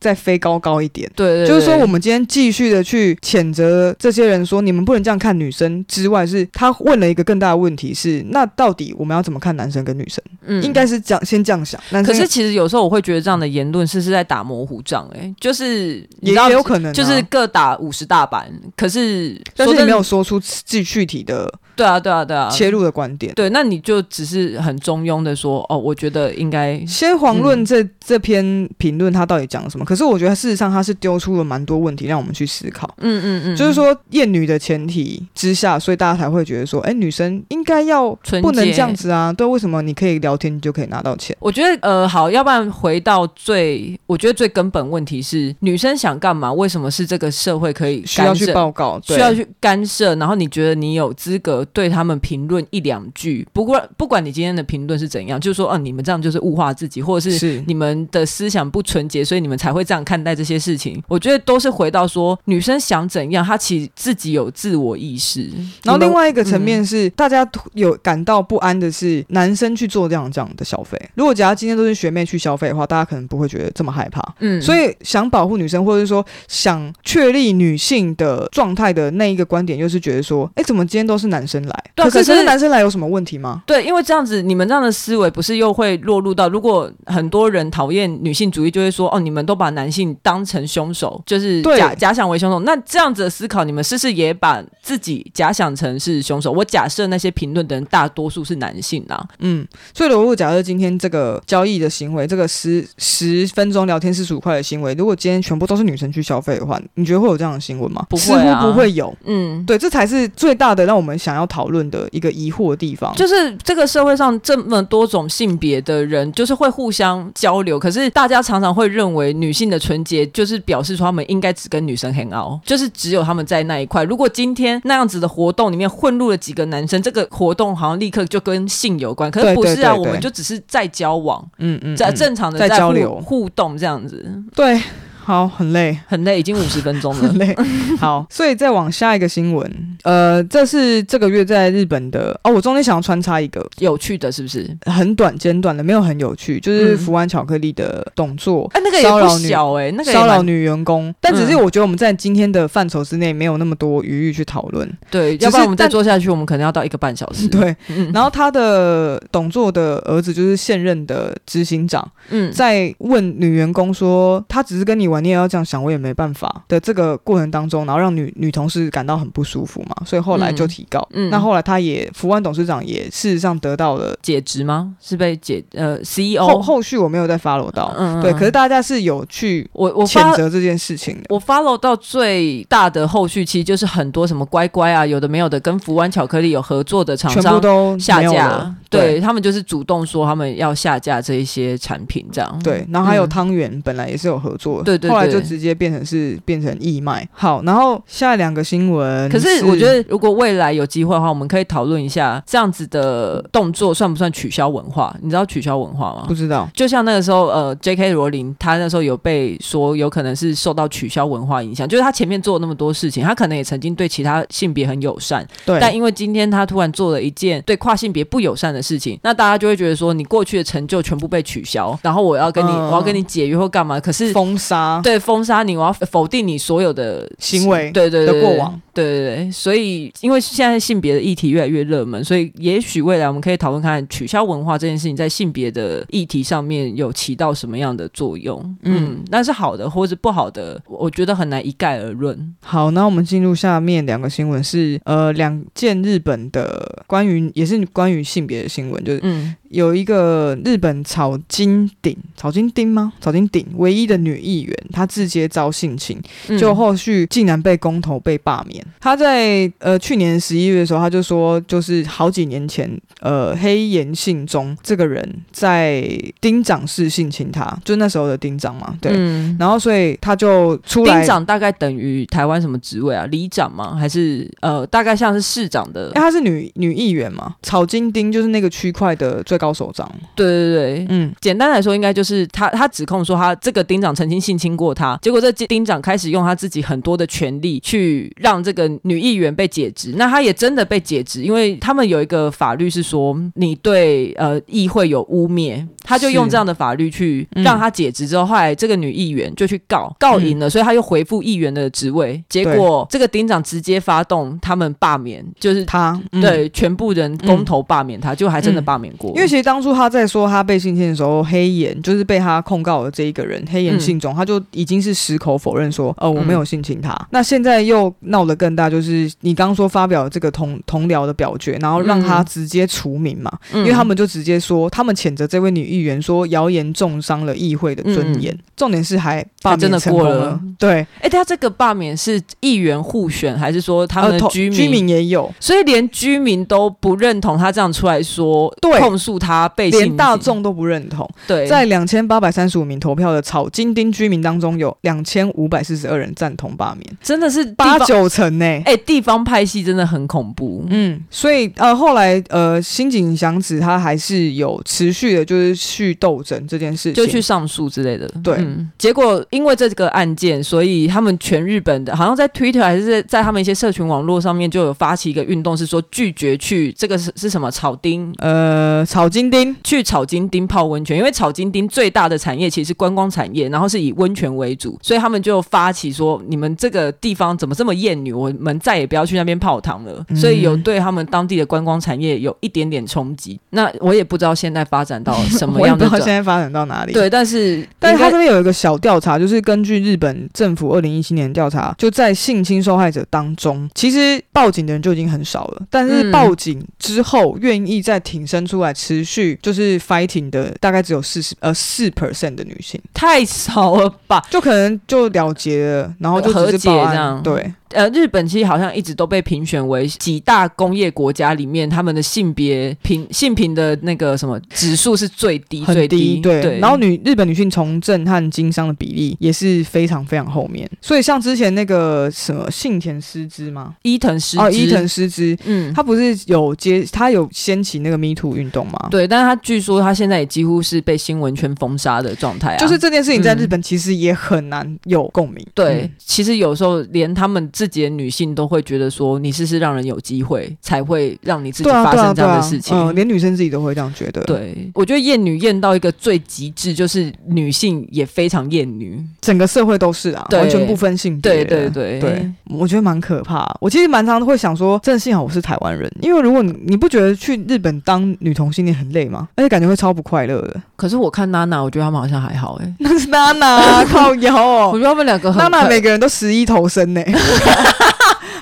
Speaker 2: 再飞高高一点。
Speaker 1: 哎对对对
Speaker 2: 就是说，我们今天继续的去谴责这些人说你们不能这样看女生之外是，他问了一个更大的问题是，那到底我们要怎么看男生跟女生？
Speaker 1: 嗯
Speaker 2: 应。该是这样，先这样想。男
Speaker 1: 可
Speaker 2: 生
Speaker 1: 是其实有时候我会觉得这样的言论是是在打模糊仗、欸，哎，就是你
Speaker 2: 也
Speaker 1: 知道
Speaker 2: 也有可能啊、
Speaker 1: 就是各打五十大板，可是
Speaker 2: 但
Speaker 1: 说
Speaker 2: 是你
Speaker 1: 真
Speaker 2: 没
Speaker 1: 的
Speaker 2: 有说出具具体的
Speaker 1: 对啊对啊对啊，
Speaker 2: 切入的观点。
Speaker 1: 对，那你就只是很中庸的说哦，我觉得应该
Speaker 2: 先遑论这、
Speaker 1: 嗯
Speaker 2: 这篇评论他到底讲了什么，可是我觉得事实上他是丢出了蛮多问题让我们去思考。
Speaker 1: 嗯嗯嗯，
Speaker 2: 就是说，厌女的前提之下，所以大家才会觉得说，哎、女生应该要
Speaker 1: 纯洁
Speaker 2: 不能这样子啊，对，为什么你可以聊天你就可以拿到钱？
Speaker 1: 我觉得呃好，要不然回到最，我觉得最根本问题是女生想干嘛？为什么是这个社会可以
Speaker 2: 需要
Speaker 1: 干涉？
Speaker 2: 去报告，对
Speaker 1: 需要去干涉，然后你觉得你有资格对他们评论一两句？不过不管你今天的评论是怎样，就是说，嗯、你们这样就是物化自己，或者是
Speaker 2: 是
Speaker 1: 你们的思想不纯洁，所以你们才会这样看待这些事情。我觉得都是回到说，女生想怎样，她其实自己有自我意识。
Speaker 2: 然后
Speaker 1: 你们嗯
Speaker 2: 另外一个层面是，大家有感到不安的是，男生去做这样这样的消费。如果假如今天都是学妹去消费的话，大家可能不会觉得这么害怕。
Speaker 1: 嗯
Speaker 2: 所
Speaker 1: 以
Speaker 2: 以想保护女生，或者是说想确立女性的状态的那一个观点，又是觉得说，哎，怎么今天都是男生来？
Speaker 1: 对啊
Speaker 2: 可是
Speaker 1: 可是
Speaker 2: 真的男生来有什么问题吗？
Speaker 1: 对，因为这样子，你们这样的思维不是又会落入到，如果很多人讨厌女性主义，就会说哦，你们都把男性当成凶手，就是
Speaker 2: 对
Speaker 1: 假假想为凶手。那这样子的思考，你们是不是也把自己假想成是凶手？我假设那些评论的人大多数是男性啊，
Speaker 2: 嗯，所以如果假设今天这个交易的行为，这个十十分钟聊天四十五块的行为，如果今天全部都是女生去消费的话，你觉得会有这样的新闻吗？
Speaker 1: 不
Speaker 2: 似
Speaker 1: 会啊
Speaker 2: 乎不会有。
Speaker 1: 嗯。
Speaker 2: 对，这才是最大的让我们想要讨论的一个疑惑的地方。
Speaker 1: 就是这个社会上这么多种性别的人，就是会互相交流。可是大家常常会认为女性的纯洁就是表示说她们应该只跟女生 hang out，就是只有她们在那一块。如果今天那样子的活动里面混入了几个男生，这个活动好像立刻就跟性有关。可
Speaker 2: 对
Speaker 1: 是不是啊，
Speaker 2: 对对对
Speaker 1: 我们就只是在交往，
Speaker 2: 嗯嗯，
Speaker 1: 在
Speaker 2: 嗯
Speaker 1: 正常的
Speaker 2: 在交
Speaker 1: 互
Speaker 2: 流
Speaker 1: 互动这样子，
Speaker 2: 对，好，很
Speaker 1: <laughs>
Speaker 2: 累。
Speaker 1: 很累，已经五十分钟了
Speaker 2: <laughs> 很。累，好，所以再往下一个新闻，呃，这是这个月在日本的哦，我中间想要穿插一个
Speaker 1: 有趣的是不是？
Speaker 2: 很短简短的，没有很有趣，就是
Speaker 1: 嗯
Speaker 2: 福安巧克力的动作，
Speaker 1: 哎、那个也
Speaker 2: 骚扰
Speaker 1: 不
Speaker 2: 女
Speaker 1: 小哎、那个也
Speaker 2: 骚扰
Speaker 1: 蛮
Speaker 2: 女员工，但只是
Speaker 1: 嗯
Speaker 2: 我觉得我们在今天的范畴之内没有那么多余裕去讨论。
Speaker 1: 对，
Speaker 2: 只
Speaker 1: 要不然
Speaker 2: 是
Speaker 1: 我们再
Speaker 2: 但
Speaker 1: 做下去，我们可能要到一个半小时。，
Speaker 2: 对，
Speaker 1: 嗯
Speaker 2: 然后他的董座的儿子就是现任的执行长，
Speaker 1: 嗯
Speaker 2: 在问女员工说，他只是跟你玩，你也要这样想，我也没办法的这个过程当中，然后让女女同事感到很不舒服嘛，所以后来就提告。
Speaker 1: 嗯
Speaker 2: 那后来他也福安董事长也事实上得到了
Speaker 1: 解职吗？是被解呃 CEO
Speaker 2: 后后续我没有再 follow 到，
Speaker 1: 嗯嗯
Speaker 2: 对，
Speaker 1: 嗯
Speaker 2: 可是大家是有去
Speaker 1: 我我
Speaker 2: 谴
Speaker 1: 发
Speaker 2: 责这件事情的。
Speaker 1: 我 follow 到最大的后续期就是很多什么乖乖啊，有的没有的，跟福湾巧克力有合作的厂
Speaker 2: 全部
Speaker 1: 商
Speaker 2: 都
Speaker 1: 下
Speaker 2: 没有
Speaker 1: 架
Speaker 2: 了，
Speaker 1: 对他们就是主动说他们要下架这一些产品，这样
Speaker 2: 对，然后还有
Speaker 1: 嗯
Speaker 2: 汤圆，本来也是有合作，
Speaker 1: 对对
Speaker 2: 后来就
Speaker 1: 对
Speaker 2: 直接变成是变成义卖。好，然后下两个新闻，
Speaker 1: 可是我觉得，如果未来有机会的话，我们可以讨论一下这样子的动作算不算取消文化？你知道取消文化吗
Speaker 2: 不？知道，
Speaker 1: 就像那个时候，呃，J.K. 罗琳，她那时候有被说有可能是受到取消文化影响，就是她前面做了那么多事情，她可能也曾经对其他性别很友善，
Speaker 2: 对，
Speaker 1: 但因为今天她突然做了一件对跨性别不友善的事情，那大家就会觉得说你过去的成就全部被取消，然后我要跟你、
Speaker 2: 嗯
Speaker 1: 我要跟你解约或干嘛，可是
Speaker 2: 封杀
Speaker 1: <laughs> 对封杀你，我要否定你所有的
Speaker 2: 行为
Speaker 1: 对对对
Speaker 2: 的过往，
Speaker 1: 对对对对，所以因为现在性别的议题越来越热门，所以也许未来我们可以讨论看看取消文化这件事情在性别的议题上面有起到什么样的作用。
Speaker 2: 嗯
Speaker 1: 嗯，那是好的或者不好的，我我觉得很难一概而论。
Speaker 2: 好，那我们进入下面两个新闻是呃两件日本的关于也是关于性别的新闻，就是
Speaker 1: 嗯，
Speaker 2: 有一个日本草金鼎草金町吗？草金鼎唯一的女议员，她直接遭性侵，
Speaker 1: 嗯
Speaker 2: 就后续竟然被公投被罢免。他在呃去年十一月的时候，他就说，就是好几年前，呃，黑岩信中这个人在丁长室性侵他，就那时候的丁长嘛，对。
Speaker 1: 嗯
Speaker 2: 然后所以他就出来，
Speaker 1: 丁长大概等于台湾什么职位啊？里长吗？还是呃，大概像是市长的？
Speaker 2: 哎，她是女女议员嘛，草金丁就是那个区块的最高首长，
Speaker 1: 对对对，
Speaker 2: 嗯，
Speaker 1: 简单来说，应该就是他他指控说他这个丁长曾经性侵过他，结果这丁长开始用他自己很多的权利去让这个女议员被解职，那他也真的被解职，因为他们有一个法律是说你对呃议会有污蔑，他就是用这样的法律去
Speaker 2: 嗯
Speaker 1: 让他解职之后，后来这个女议员就去告，告赢了，所以他又回复议员的职位，结果这个丁长直接发动他们罢免，就是。
Speaker 2: 她、嗯、
Speaker 1: 对，全部人公投罢免他，就还真的罢免过。
Speaker 2: 因为其实当初他在说他被性侵的时候，黑岩就是被他控告的这一个人，黑岩信
Speaker 1: 嗯
Speaker 2: 中，他就已经是矢口否认说，呃，我没有性侵他。那现在又闹得更大，就是你刚说发表这个同同僚的表决，然后让他
Speaker 1: 嗯
Speaker 2: 直接除名嘛，
Speaker 1: 因
Speaker 2: 因为他们就直接说，他们谴责这位女议员说谣言重伤了议会的尊严，重点是还罢
Speaker 1: 嗯
Speaker 2: 免
Speaker 1: 真的
Speaker 2: 成功
Speaker 1: 过了
Speaker 2: 了，对，
Speaker 1: 哎，他这个罢免是议员互选，还是说他
Speaker 2: 呃
Speaker 1: 们
Speaker 2: 同
Speaker 1: 居民？
Speaker 2: 居民也有。
Speaker 1: 所以连居民都不认同他这样出来说，
Speaker 2: 对
Speaker 1: 控诉他被性侵
Speaker 2: 连大众都不认同，
Speaker 1: 对
Speaker 2: 在两千八百三十五名投票的草金町居民当中，有两千五百四十二人赞同罢免，
Speaker 1: 真的是地
Speaker 2: 八
Speaker 1: 方
Speaker 2: 九成呢、
Speaker 1: 哎地方派系真的很恐怖，
Speaker 2: 嗯，所以呃，后来呃，新井祥子他还是有持续的，就是去斗争这件事情，
Speaker 1: 就去上诉之类的。
Speaker 2: 对
Speaker 1: 嗯，结果因为这个案件，所以他们全日本的，好像在 Twitter 还是在在他们一些社群网络上面就有发起一个运动，是说拒绝去这个是是什么草丁
Speaker 2: 呃草金町，
Speaker 1: 去草金町泡温泉，因为草金町最大的产业其实是观光产业，然后是以温泉为主，所以他们就发起说，你们这个地方怎么这么厌女，我们再也不要去那边泡汤了。
Speaker 2: 嗯
Speaker 1: 所以有对他们当地的观光产业有一点点冲击。那我也不知道现在发展到什么
Speaker 2: 我也
Speaker 1: 样
Speaker 2: 不知
Speaker 1: 的
Speaker 2: 道现
Speaker 1: 转。
Speaker 2: 在发展到哪
Speaker 1: <laughs>
Speaker 2: 里。。
Speaker 1: 对，但是
Speaker 2: 但是他
Speaker 1: 应
Speaker 2: 这
Speaker 1: 该
Speaker 2: 边有一个小调查，就是根据日本政府二零一七年的调查，就在性侵受害者当中，其实报警的人就已经很少了，但
Speaker 1: 嗯
Speaker 2: 是报警之后愿意再挺身出来持续就是 fighting 的，大概只有四十呃四 percent 的女性，
Speaker 1: 太少了吧？
Speaker 2: 就可能就了结了，然后就
Speaker 1: 和
Speaker 2: 只是
Speaker 1: 解
Speaker 2: 报
Speaker 1: 这
Speaker 2: 案，
Speaker 1: 样
Speaker 2: 对，
Speaker 1: 呃，日本其实好像一直都被评选为几大工业国家里面，他们的性别平性平的那个什么指数是最低
Speaker 2: 很
Speaker 1: 最
Speaker 2: 低，对。
Speaker 1: 对，
Speaker 2: 然后女日本女性从政和经商的比例也是非常非常后面，所以像之前那个什么幸田诗织吗？
Speaker 1: 伊藤诗
Speaker 2: 哦，
Speaker 1: 织
Speaker 2: 伊藤诗织，
Speaker 1: 嗯，
Speaker 2: 他不是有接他有掀起那个 Me Too 运动吗？，
Speaker 1: 对，但是他据说他现在也几乎是被新闻圈封杀的状态啊，
Speaker 2: 就是这件事情在
Speaker 1: 嗯
Speaker 2: 日本其实也很难有共鸣。
Speaker 1: 对，
Speaker 2: 嗯
Speaker 1: 其实有时候连他们自己的女性都会觉得说，你是不是让人有机会才会让你自己
Speaker 2: 对啊，
Speaker 1: 发
Speaker 2: 对啊
Speaker 1: 生这样的
Speaker 2: 对啊
Speaker 1: 事情。
Speaker 2: 嗯，连女生自己都会这样觉得。，
Speaker 1: 对，我觉得厌女厌到一个最极致，就是女性也非常厌女。
Speaker 2: 整个社会都是啊，
Speaker 1: 对
Speaker 2: 完全不分性别
Speaker 1: 对
Speaker 2: 的。
Speaker 1: 对对
Speaker 2: 对，我觉得蛮可怕。我其实蛮常会想说，真的幸好我是台湾人，因为如果你你不觉得去日本当女同性恋很累吗？而且感觉会超不快
Speaker 1: <laughs>
Speaker 2: 乐的。
Speaker 1: 可是我看娜娜，我觉得他们好像还好哎、
Speaker 2: 那是娜娜靠腰
Speaker 1: <laughs> 我
Speaker 2: 哦
Speaker 1: 觉，得他们两个很
Speaker 2: <laughs> 娜娜
Speaker 1: 可
Speaker 2: 每个人都十一头身呢、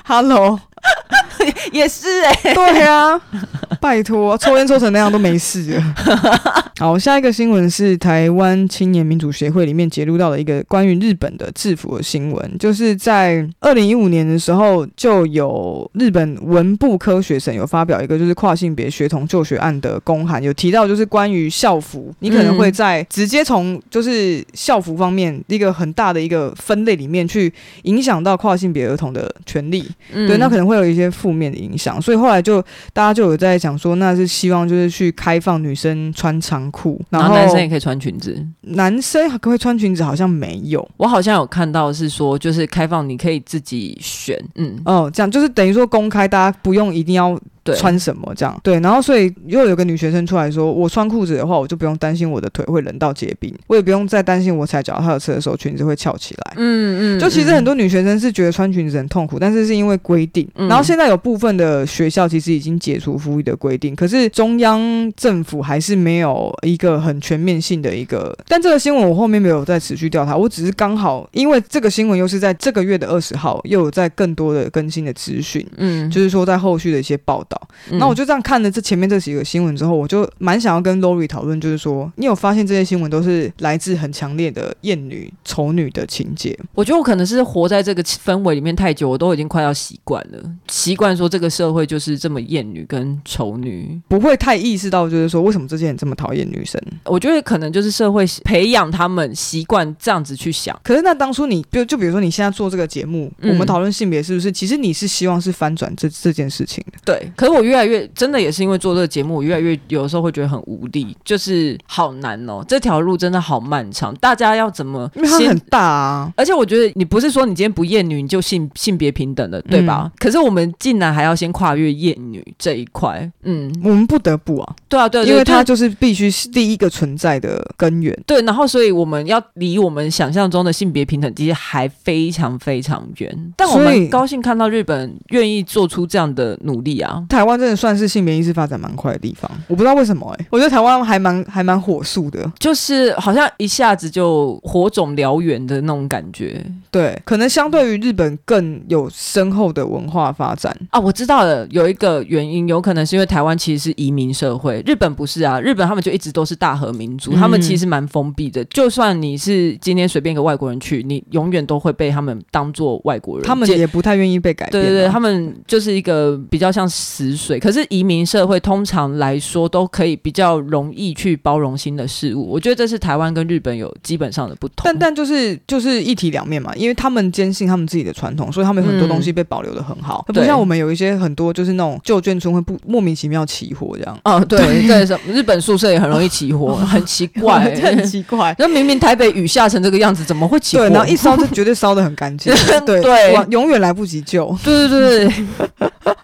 Speaker 2: Hello，
Speaker 1: <laughs> 也是哎、
Speaker 2: <laughs> 对啊，拜托，抽烟抽成那样都没事了。好，下一个新闻是台湾青年民主协会里面揭露到的一个关于日本的制服的新闻，就是在二零一五年的时候，就有日本文部科学省有发表一个就是跨性别学童就学案的公函，有提到就是关于校服，你可能会在直接从就是校服方面一个很大的一个分类里面去影响到跨性别儿童的权利。
Speaker 1: 嗯
Speaker 2: 对，那可能会有一些负面的影响，所以后来就大家就有在讲说，那是希望就是去开放女生穿长裤，然
Speaker 1: 然
Speaker 2: 后
Speaker 1: 后男生也可以穿裙子。
Speaker 2: 男生可不可以穿裙子？好像没有
Speaker 1: 我好像有看到是说，就是开放你可以自己选，嗯，
Speaker 2: 哦，这样就是等于说公开，大家不用一定要
Speaker 1: 对，
Speaker 2: 穿什么这样对，然后所以又有个女学生出来说，我穿裤子的话，我就不用担心我的腿会冷到结冰，我也不用再担心我踩脚踏车的时候裙子会翘起来。
Speaker 1: 嗯嗯，
Speaker 2: 就其实
Speaker 1: 嗯
Speaker 2: 很多女学生是觉得穿裙子很痛苦，但是是因为规定。
Speaker 1: 嗯
Speaker 2: 然后现在有部分的学校其实已经解除服役的规定，可是中央政府还是没有一个很全面性的一个。但这个新闻我后面没有再持续调查，我只是刚好因为这个新闻又是在这个月的二十号，又有在更多的更新的资讯，
Speaker 1: 嗯
Speaker 2: 就是说在后续的一些报道。少。那、我就这样看了这前面这几个新闻之后，我就蛮想要跟 Lori 讨论，就是说，你有发现这些新闻都是来自很强烈的厌女、丑女的情节？
Speaker 1: 我觉得我可能是活在这个气氛围里面太久，我都已经快要习惯了，习惯说这个社会就是这么厌女跟丑女。
Speaker 2: 不会太意识到，就是说为什么这些人这么讨厌女生？
Speaker 1: 我觉得可能就是社会培养他们习惯这样子去想。
Speaker 2: 可是那当初你就就比如说你现在做这个节目，
Speaker 1: 嗯
Speaker 2: 我们讨论性别是不是？其实你是希望是翻转这这件事情的。
Speaker 1: 对，可是我越来越真的也是因为做这个节目，我越来越有的时候会觉得很无力，就是好难哦，这条路真的好漫长，大家要怎么
Speaker 2: 因为它
Speaker 1: 先
Speaker 2: 很大啊，
Speaker 1: 而且我觉得你不是说你今天不厌女你就性性别平等了，对吧？
Speaker 2: 嗯
Speaker 1: 可是我们竟然还要先跨越厌女这一块，嗯，
Speaker 2: 我们不得不啊，
Speaker 1: 对啊，对啊对啊
Speaker 2: 因为它
Speaker 1: 就是
Speaker 2: 就是必须是第一个存在的根源。
Speaker 1: 对，然后所以我们要离我们想象中的性别平等其实还非常非常远，但我
Speaker 2: 所
Speaker 1: 们
Speaker 2: 以
Speaker 1: 高兴看到日本愿意做出这样的努力啊。
Speaker 2: 台湾真的算是性别意识发展蛮快的地方，我不知道为什么哎、我觉得台湾还蛮还蛮火速的，
Speaker 1: 就是好像一下子就火种燎原的那种感觉
Speaker 2: 对，可能相对于日本更有深厚的文化发展，
Speaker 1: 啊！我知道了，有一个原因，有可能是因为台湾其实是移民社会，日本不是啊。日本他们就一直都是大和民族，
Speaker 2: 嗯
Speaker 1: 他们其实蛮封闭的。就算你是今天随便一个外国人去，你永远都会被他们当做外国人。
Speaker 2: 他们
Speaker 1: 见
Speaker 2: 也不太愿意被改变
Speaker 1: 对
Speaker 2: 啊、
Speaker 1: 对对，他们就是一个比较像死水，可是移民社会通常来说都可以比较容易去包容新的事物。我觉得这是台湾跟日本有基本上的不同。
Speaker 2: 但但就是就是一体两面嘛，因为他们坚信他们自己的传统，所以他们有很多
Speaker 1: 嗯
Speaker 2: 东西被保留的很好，
Speaker 1: 对
Speaker 2: 不像我们有一些很多就是那种旧眷村会不莫名其妙起火这样，
Speaker 1: 哦，对对，什么日本宿舍也很容易起火，很奇
Speaker 2: <laughs>
Speaker 1: 怪、
Speaker 2: 这很奇怪。
Speaker 1: 那明明台北雨下成这个样子，怎么会 <laughs> 起火？，
Speaker 2: 对，然后一烧就绝对烧的很干净
Speaker 1: <laughs>
Speaker 2: 对，
Speaker 1: 对
Speaker 2: 哇永远来不及救，
Speaker 1: <laughs> 对对对
Speaker 2: <laughs>
Speaker 1: 对，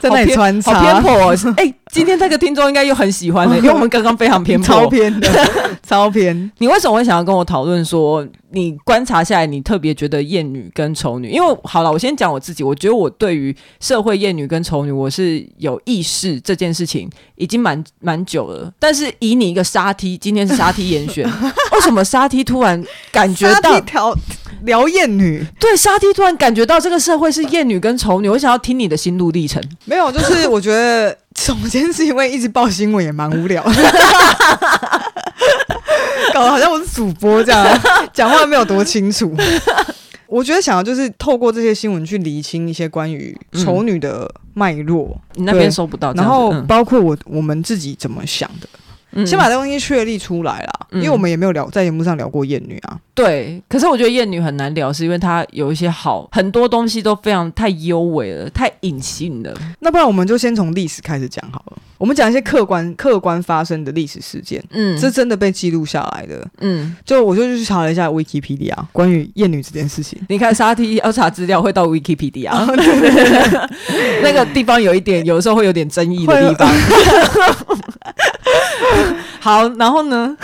Speaker 2: 在那里穿插，
Speaker 1: 好偏颇哦。哎、今天这个听众应该又很喜欢的、因为我们刚刚非常偏颇。
Speaker 2: 超
Speaker 1: <laughs>
Speaker 2: 偏的，超偏。
Speaker 1: 你为什么会想要跟我讨论说，你观察下来，你特别觉得厌女跟丑女？因为好了，我先讲我自己，我觉得我对于社会厌女跟丑女，我是有意识这件事情已经蛮蛮久了。但是以你一个沙 T，今天是沙 T
Speaker 2: <laughs>
Speaker 1: 严选，为什么沙 T 突然感觉
Speaker 2: 沙
Speaker 1: 到
Speaker 2: 地条聊艳女，
Speaker 1: 对沙 T 突然感觉到这个社会是厌女跟丑女？我想要听你的心路历程。
Speaker 2: 没有，就是我觉得，首先是因为一直报新闻也蛮无
Speaker 1: <laughs>
Speaker 2: 聊的，搞得好像我是主播这样，啊讲话没有多清楚。我觉得想要就是透过这些新闻去厘清一些关于丑女的脉络，
Speaker 1: 你那边
Speaker 2: 对
Speaker 1: 收不嗯到这
Speaker 2: 然
Speaker 1: 样子，
Speaker 2: 后
Speaker 1: 嗯
Speaker 2: 包括我我们自己怎么想的，
Speaker 1: 嗯
Speaker 2: 先把这东西确立出来啦。
Speaker 1: 嗯
Speaker 2: 因为我们也没有聊在节目上聊过艳女啊，
Speaker 1: 对，可是我觉得厌女很难聊，是因为她有一些好很多东西都非常太幽微了，太隐性了。
Speaker 2: 那不然我们就先从历史开始讲好了。我们讲一些客观客观发生的历史事件，
Speaker 1: 嗯，
Speaker 2: 这真的被记录下来的。
Speaker 1: 嗯，
Speaker 2: 就我就去查了一下 Wikipedia 关于厌女这件事 <laughs> 情。
Speaker 1: 你看沙 T 要查资料会到 Wikipedia，、那个地方有一点，有时候会有点争议的地方。 <laughs> 好，然后呢？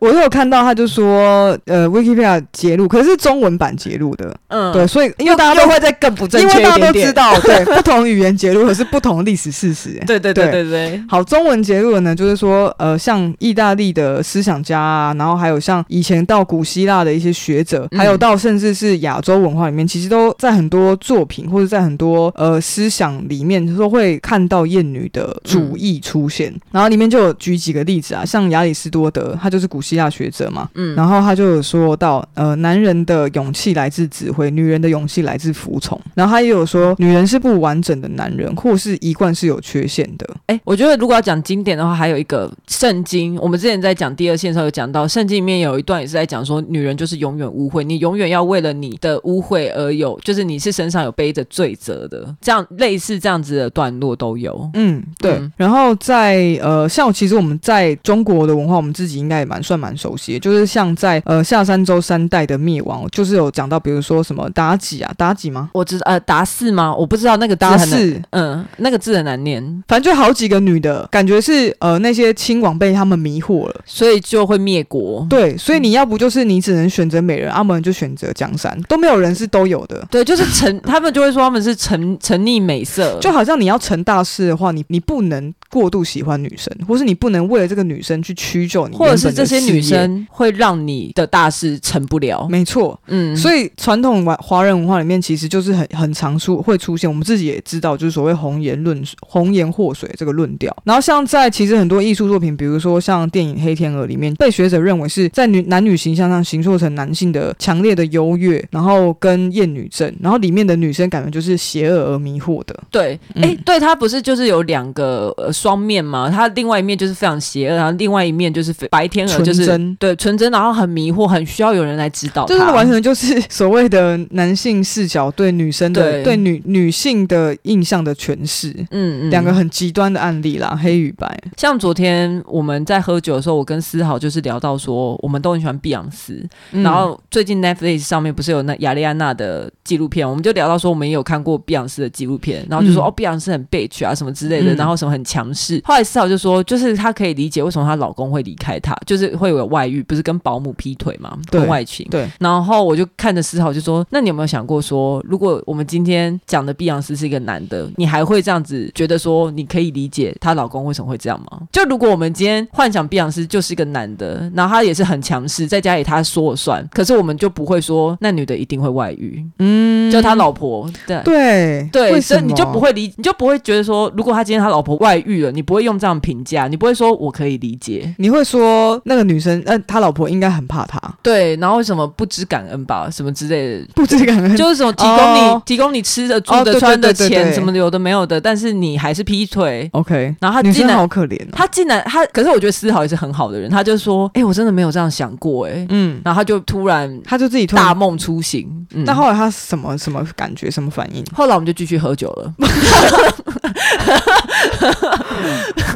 Speaker 2: 我有看到，他就说，呃，Wikipedia 揭露，可是是中文版揭露的，
Speaker 1: 嗯，
Speaker 2: 对，所以因为大家
Speaker 1: 又
Speaker 2: 都
Speaker 1: 会再更不正
Speaker 2: 因
Speaker 1: 确
Speaker 2: 为
Speaker 1: 一
Speaker 2: 大家
Speaker 1: 点
Speaker 2: 都知
Speaker 1: 点。
Speaker 2: 道，对， <laughs> 不同语言揭露的是不同历史事实。
Speaker 1: 对对对对对，
Speaker 2: 好，中文揭露的呢，就是说，呃，像意大利的思想家啊，然后还有像以前到古希腊的一些学者，
Speaker 1: 嗯
Speaker 2: 还有到甚至是亚洲文化里面，其实都在很多作品或者在很多呃思想里面都会看到厌女的主义出现。
Speaker 1: 嗯
Speaker 2: 然后里面就有举几个例子啊，像亚里士多德，他就是古希腊学者嘛，
Speaker 1: 嗯，
Speaker 2: 然后他就有说到，呃，男人的勇气来自指挥，女人的勇气来自服从。然后他也有说，女人是不完整的男人，或是一贯是有缺陷的。
Speaker 1: 哎、我觉得如果要讲经典的话，还有一个圣经。我们之前在讲第二线的时候有讲到，圣经里面有一段也是在讲说，女人就是永远污秽，你永远要为了你的污秽而有，就是你是身上有背着罪责的，这样类似这样子的段落都有。
Speaker 2: 嗯，对。
Speaker 1: 嗯
Speaker 2: 然后在呃，像其实我们在中国的文化，我们自己应该也蛮算蛮熟悉的，就是像在呃夏商周三代的灭亡，就是有讲到，比如说什么妲己啊，妲己吗？
Speaker 1: 我知道呃达四吗？我不知道那个字
Speaker 2: 妲
Speaker 1: 很难，
Speaker 2: 氏，
Speaker 1: 嗯，那个字很难念，
Speaker 2: 反正就好几个女的，感觉是呃那些亲王被他们迷惑了。
Speaker 1: 所以就会灭国。
Speaker 2: 对，所以你要不就是你只能选择美人，阿门就选择江山，都没有人是都有的。
Speaker 1: 对，就是沉， <laughs> 他们就会说他们是沉沉溺美色，
Speaker 2: 就好像你要成大事的话，你你不能过度喜欢女生，或是你不能为了这个女生能去屈就你，
Speaker 1: 或者是这些女，生会让你的大事成不了。
Speaker 2: 没错。
Speaker 1: 嗯，
Speaker 2: 所以传统华华人文化里面，其实就是很很常出会出现，我们自己也知道，就是所谓红颜论红颜祸水这个论调。然后像在其实很多艺术作品，比如说像电影《黑天鹅》里面，被学者认为是在女男女形象上形塑成男性的强烈的优越，然后跟厌女症，然后里面的女生感觉就是邪恶而迷惑的。
Speaker 1: 对，
Speaker 2: 嗯
Speaker 1: 哎、对，它不是就是有两个呃双面嘛？它另外一面就是非常邪恶，然后另外一面就是非白天鹅，
Speaker 2: 纯
Speaker 1: 就是
Speaker 2: 真
Speaker 1: 对纯真，然后很迷惑，很需要有人来指导它。
Speaker 2: 就是完全就是所谓的男性视角对女生的
Speaker 1: 对
Speaker 2: 对女女性的印象的诠释，
Speaker 1: 嗯嗯，
Speaker 2: 两个很极端的案例啦，黑与白。
Speaker 1: 像昨天我们在喝酒的时候，我跟思豪就是聊到说，我们都很喜欢碧昂斯，
Speaker 2: 嗯
Speaker 1: 然后最近 Netflix 上面不是有那雅丽安娜的纪录片，我们就聊到说我们也有看过碧昂斯的纪录片，然后就说、
Speaker 2: 嗯
Speaker 1: 哦，碧昂斯很 bitch 啊什么之类的，
Speaker 2: 嗯
Speaker 1: 然后什么很强势。后来思豪就说，就是她可以理解为什么她老公会离开她，就是会有外遇，不是跟保姆劈腿嘛，
Speaker 2: 对
Speaker 1: 婚外情。
Speaker 2: 对，
Speaker 1: 然后我就看着思豪就说：“那你有没有想过说，如果我们今天讲的碧昂斯是一个男的，你还会这样子觉得说，你可以理解她老公为什么会这样吗？就如果我们今天幻想碧昂斯就是一个男的，然后他也是很强势，在家里他说了算，可是我们就不会说那女的一定会外遇，
Speaker 2: 嗯
Speaker 1: 就他老婆对。”
Speaker 2: 对
Speaker 1: 对，
Speaker 2: 为
Speaker 1: 所以
Speaker 2: 什
Speaker 1: 你就
Speaker 2: 么
Speaker 1: 不会理，你就不会觉得说，如果他今天他老婆外遇了，你不会用这样评价，你不会说我可以理解，
Speaker 2: 你会说那个女生，呃，她老婆应该很怕
Speaker 1: <laughs>
Speaker 2: 她，
Speaker 1: 对，然后什么不知感恩吧，什么之类的，
Speaker 2: 不知感恩。
Speaker 1: <laughs> 就是什么提供你、
Speaker 2: 哦
Speaker 1: 提供你吃的、住
Speaker 2: 哦
Speaker 1: 的、
Speaker 2: 对对
Speaker 1: 穿的、
Speaker 2: 对对
Speaker 1: 钱
Speaker 2: 对
Speaker 1: 什么的有的没有的，但是你还是劈腿。
Speaker 2: OK，
Speaker 1: 然后他
Speaker 2: 女
Speaker 1: 竟
Speaker 2: 生
Speaker 1: 然，
Speaker 2: 好可怜、哦。
Speaker 1: 他竟然，他可是我觉得思豪也是很好的人，他就说：“哎、我真的没有这样想过。”哎，
Speaker 2: 嗯，
Speaker 1: 然后他就突然
Speaker 2: 她就自己突
Speaker 1: 大
Speaker 2: 然。
Speaker 1: 梦初醒。嗯
Speaker 2: 那后来她什么什么感觉，什么反
Speaker 1: <laughs>
Speaker 2: 应
Speaker 1: 后来我们就继续喝酒了。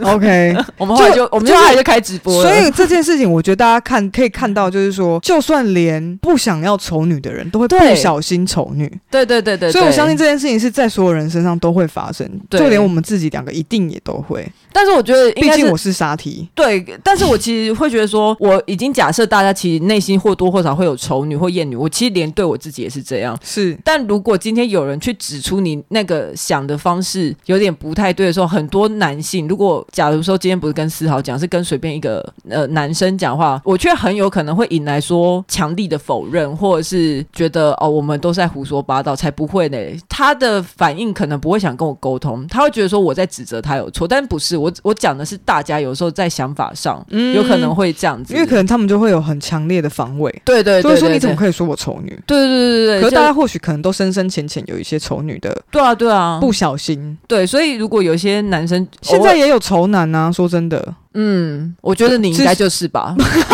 Speaker 2: ？OK，
Speaker 1: <laughs> 我们后来就
Speaker 2: 就
Speaker 1: 我们就
Speaker 2: 就是
Speaker 1: 后来就开直播了。
Speaker 2: 所以这件事情，我觉得大家看可以看到，就是说，就算连不想要丑女的人都会
Speaker 1: 对
Speaker 2: 不小心丑女，
Speaker 1: 对对对对，
Speaker 2: 所以我相信
Speaker 1: 这。
Speaker 2: 这件事情是在所有人身上都会发生，
Speaker 1: 对
Speaker 2: 就连我们自己两个一定也都会。
Speaker 1: 但是我觉得应
Speaker 2: 毕
Speaker 1: 该
Speaker 2: 竟
Speaker 1: 是
Speaker 2: 我是沙提，
Speaker 1: 对，但是我其实会觉得说，我已经假设大家其实内心或多或少会有丑女或厌女，我其实连对我自己也是这样。
Speaker 2: 是
Speaker 1: 但如果今天有人去指出你那个想的方式有点不太对的时候，很多男性，如果假如说今天不是跟思豪讲，是跟随便一个呃男生讲话，我却很有可能会引来说强力的否认，或者是觉得哦我们都是在胡说八道，才不会呢。他的反应可能不会想跟我沟通，他会觉得说我在指责他有错，但不是我我讲的是大家有时候在想法上、有可能会这样子，
Speaker 2: 因为可能他们就会有很强烈的防卫，
Speaker 1: 对对对
Speaker 2: 所以说
Speaker 1: 对
Speaker 2: 你怎么
Speaker 1: 对
Speaker 2: 可以说我丑女？
Speaker 1: 对对对对，
Speaker 2: 可是大
Speaker 1: 就
Speaker 2: 家或许可能都深深浅浅有一些丑女的
Speaker 1: 对啊对啊，
Speaker 2: 不小心，
Speaker 1: 对，所以如果有些男生
Speaker 2: 现
Speaker 1: 偶尔
Speaker 2: 在也有丑男啊。说真的，
Speaker 1: 嗯，我觉得你应该就是吧， <laughs>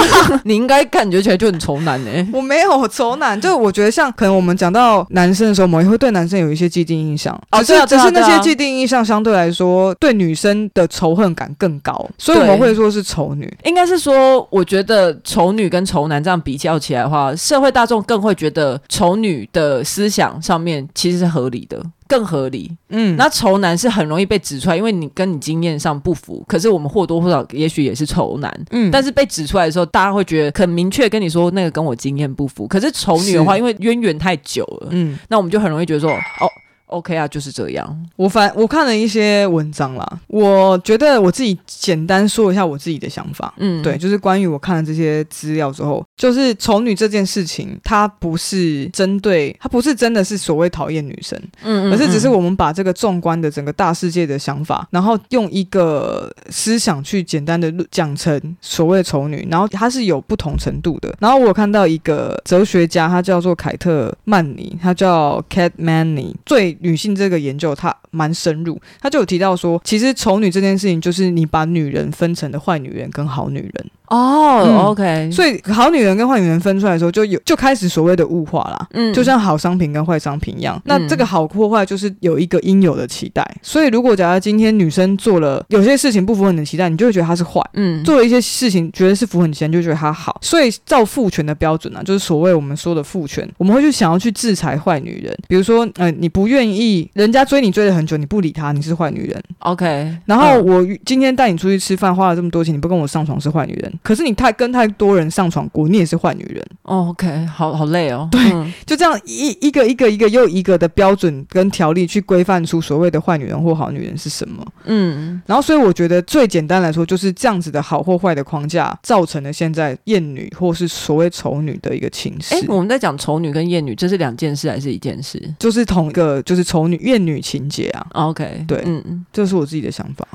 Speaker 1: 你应该感觉起来就很愁男欸呢、
Speaker 2: <laughs> 我没有丑男，就我觉得像可能我们讲到男生的时候，我们也会对男生有一些既定印象，
Speaker 1: 哦
Speaker 2: 只是、
Speaker 1: 对啊对
Speaker 2: 只
Speaker 1: 啊
Speaker 2: 是那
Speaker 1: 对啊
Speaker 2: 些既定印象相对来说对女生的仇恨感更高，所以我
Speaker 1: 对
Speaker 2: 们会说是丑女。
Speaker 1: 应该是说，我觉得丑女跟丑男这样比较起来的话，社会大众更会觉得丑女的思想上面其实是合理的，更合理。
Speaker 2: 嗯，
Speaker 1: 那丑男是很容易被指出来，因为你跟你经验上不符，可是我们或多或少也许也是丑男。
Speaker 2: 嗯
Speaker 1: 但是被指出来的时候，大家会觉得很明确跟你说那个跟我经验不符。可是丑女的话，
Speaker 2: 是
Speaker 1: 因为渊源太久了，
Speaker 2: 嗯，
Speaker 1: 那我们就很容易觉得说，哦，OK 啊，就是这样。
Speaker 2: 我反我看了一些文章啦，我觉得我自己简单说一下我自己的想法。
Speaker 1: 嗯，
Speaker 2: 对，就是关于我看了这些资料之后，就是丑女这件事情，它不是针对，它不是真的是所谓讨厌女生，
Speaker 1: 嗯，嗯
Speaker 2: 而是只是
Speaker 1: 嗯
Speaker 2: 我们把这个纵观的整个大世界的想法，然后用一个思想去简单的讲成所谓的丑女，然后它是有不同程度的。然后我有看到一个哲学家，他叫做凯特曼尼，他叫 Cat Manny，对女性这个研究他蛮深入，他就有提到说，其实丑女这件事情就是你把女人分成了坏女人跟好女人。嗯
Speaker 1: 哦，OK，
Speaker 2: 所以好女人跟坏女人分出来的时候，就有就开始所谓的物化啦。
Speaker 1: 嗯
Speaker 2: 就像好商品跟坏商品一样，那
Speaker 1: 嗯
Speaker 2: 这个好或坏就是有一个应有的期待。所以，如果假如今天女生做了有些事情不符合你的期待，你就会觉得她是坏；
Speaker 1: 嗯，
Speaker 2: 做了一些事情觉得是符合你的期待，你就觉得她好。所以，照父权的标准啊，就是所谓我们说的父权，我们会去想要去制裁坏女人。比如说，嗯、你不愿意人家追你追了很久，你不理她，你是坏女人。
Speaker 1: OK，
Speaker 2: 然后
Speaker 1: 嗯
Speaker 2: 我今天带你出去吃饭，花了这么多钱，你不跟我上床是坏女人。可是你太跟太多人上床过，你也是坏女人。
Speaker 1: 哦，OK，好好累哦。对，
Speaker 2: 就这样一一个一个一个又一个的标准跟条例去规范出所谓的坏女人或好女人是什么。
Speaker 1: 嗯，
Speaker 2: 然后，所以我觉得最简单来说，就是这样子的好或坏的框架，造成了现在厌女或是所谓丑女的一个情势
Speaker 1: 哎、。我们在讲丑女跟艳女，这是两件事还是一件事
Speaker 2: 就是同一个，就是丑女厌女情节啊，
Speaker 1: ？OK，
Speaker 2: 对
Speaker 1: 嗯 <laughs> 嗯，
Speaker 2: 这是我自己的想法。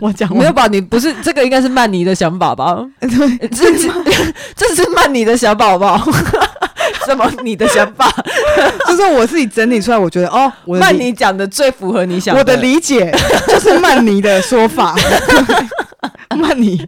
Speaker 2: 我讲
Speaker 1: 没有吧？你不是这个应该是曼妮的想法吧？ <laughs> 对，这是 <laughs> 这是曼妮的想法，好不 <laughs> 好？什么你的想法？
Speaker 2: 就是我自己整理出来，我觉得哦，我的
Speaker 1: 曼
Speaker 2: 理
Speaker 1: 妮讲的最符合你想
Speaker 2: 我的
Speaker 1: <laughs>
Speaker 2: 理解就是曼妮的说法。曼妮